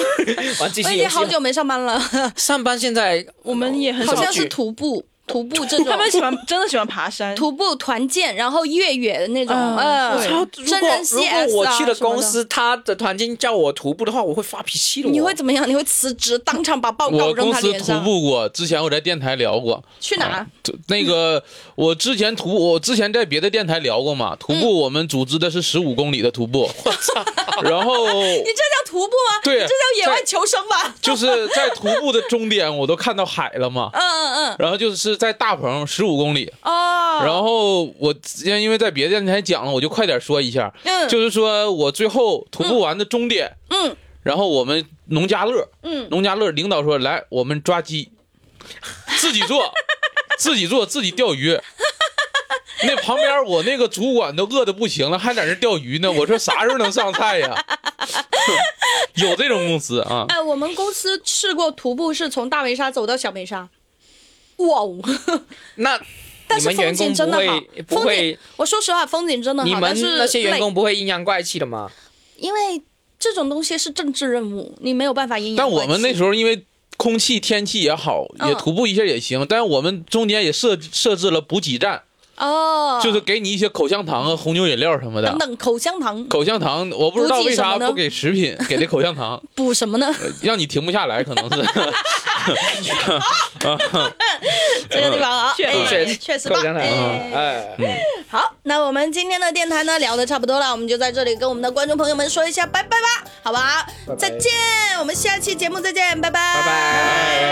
C: 玩即兴
B: 已经
C: 游戏
B: 哎好
C: 吗。
B: 久没上班了，
C: 上班现在
D: 我们也很
B: 好
D: 少
B: 像
D: 去
B: 是徒步，徒步 这种
D: 他。们喜欢真的喜欢爬山，
B: 徒步团建，然后越野的那种，
D: 嗯
B: 呃
D: 对，
C: 超如
B: 真
C: 果
B: 人
C: 如
B: CS 啊
C: 果我去了
B: 什么
C: 公司，他的团建叫我徒步的话，我会发脾气的哦。
B: 你会怎么样？你会辞职，当场把报告
A: 我
B: 扔
A: 公
B: 他
A: 司
B: 脸
A: 徒
B: 上？
A: 步啊过，之前我在电台聊过，
B: 去哪儿？
A: 就那个我之前徒步，我之前在别的电台聊过嘛，徒
C: 嗯
A: 步我们组织的是十五公里的徒步，然 后
B: 你这叫徒步吗？
A: 对
B: 你这叫野外
A: 在
B: 求生吧？
A: 就是在徒步的终点，我都看到海了嘛。
B: 嗯嗯嗯，
A: 然后就是在大棚十五公里，
B: 哦，
A: 然后我之前因为在别的电台讲了，我就快点说一下，
B: 嗯
A: 就是说我最后徒步完的终点，
B: 嗯，
A: 然后我们农家乐，
B: 嗯，
A: 农家乐领导说来，我们抓鸡，自己做，自己做，自己钓鱼。那旁边我那个主管都饿得不行了，还在那钓鱼呢。我说啥时候能上菜呀？ 有这种公司啊？
B: 哎，我们公司试过徒步，是从大梅沙走到小梅沙。哇哦，
C: 那
B: 但
C: 你
B: 是
C: 们
B: 风
C: 员
B: 景
C: 工
B: 真
C: 不
B: 的好
C: 会，不
B: 风景
C: 会，
B: 我说实话，风景真的
C: 你
B: 好，
C: 们
B: 但是
C: 那些员
B: 累
C: 工不会阴阳怪气的吗？
B: 因为这种东西是政治任务，你没有办法阴阳怪
A: 但
B: 气。
A: 我们那时候因为空气、天气也好，
B: 嗯
A: 也徒步一下也行。但是我们中间也设设置了补给站，
B: 哦，
A: 就是给你一些口香糖啊、红牛饮料什么的
B: 等。等口香糖
A: 口香糖，我不知道
B: 补给
A: 为
B: 什么
A: 啥
B: 呢
A: 不给食品，给的口香糖， 呃
B: 补什么呢？
A: 让你停不下来，可能是。
B: 这个地 方啊，
D: 确
B: 哎
C: 实
B: 确实
C: 够
B: 棒。
C: 讲了
B: 哎
C: 哎，
B: 好，那我们今天的电台呢聊的差不多了，我们就在这里跟我们的观众朋友们说一下拜拜吧，好吧？
C: 拜拜
B: 再见，我们下期节目再见，拜拜
C: 拜拜。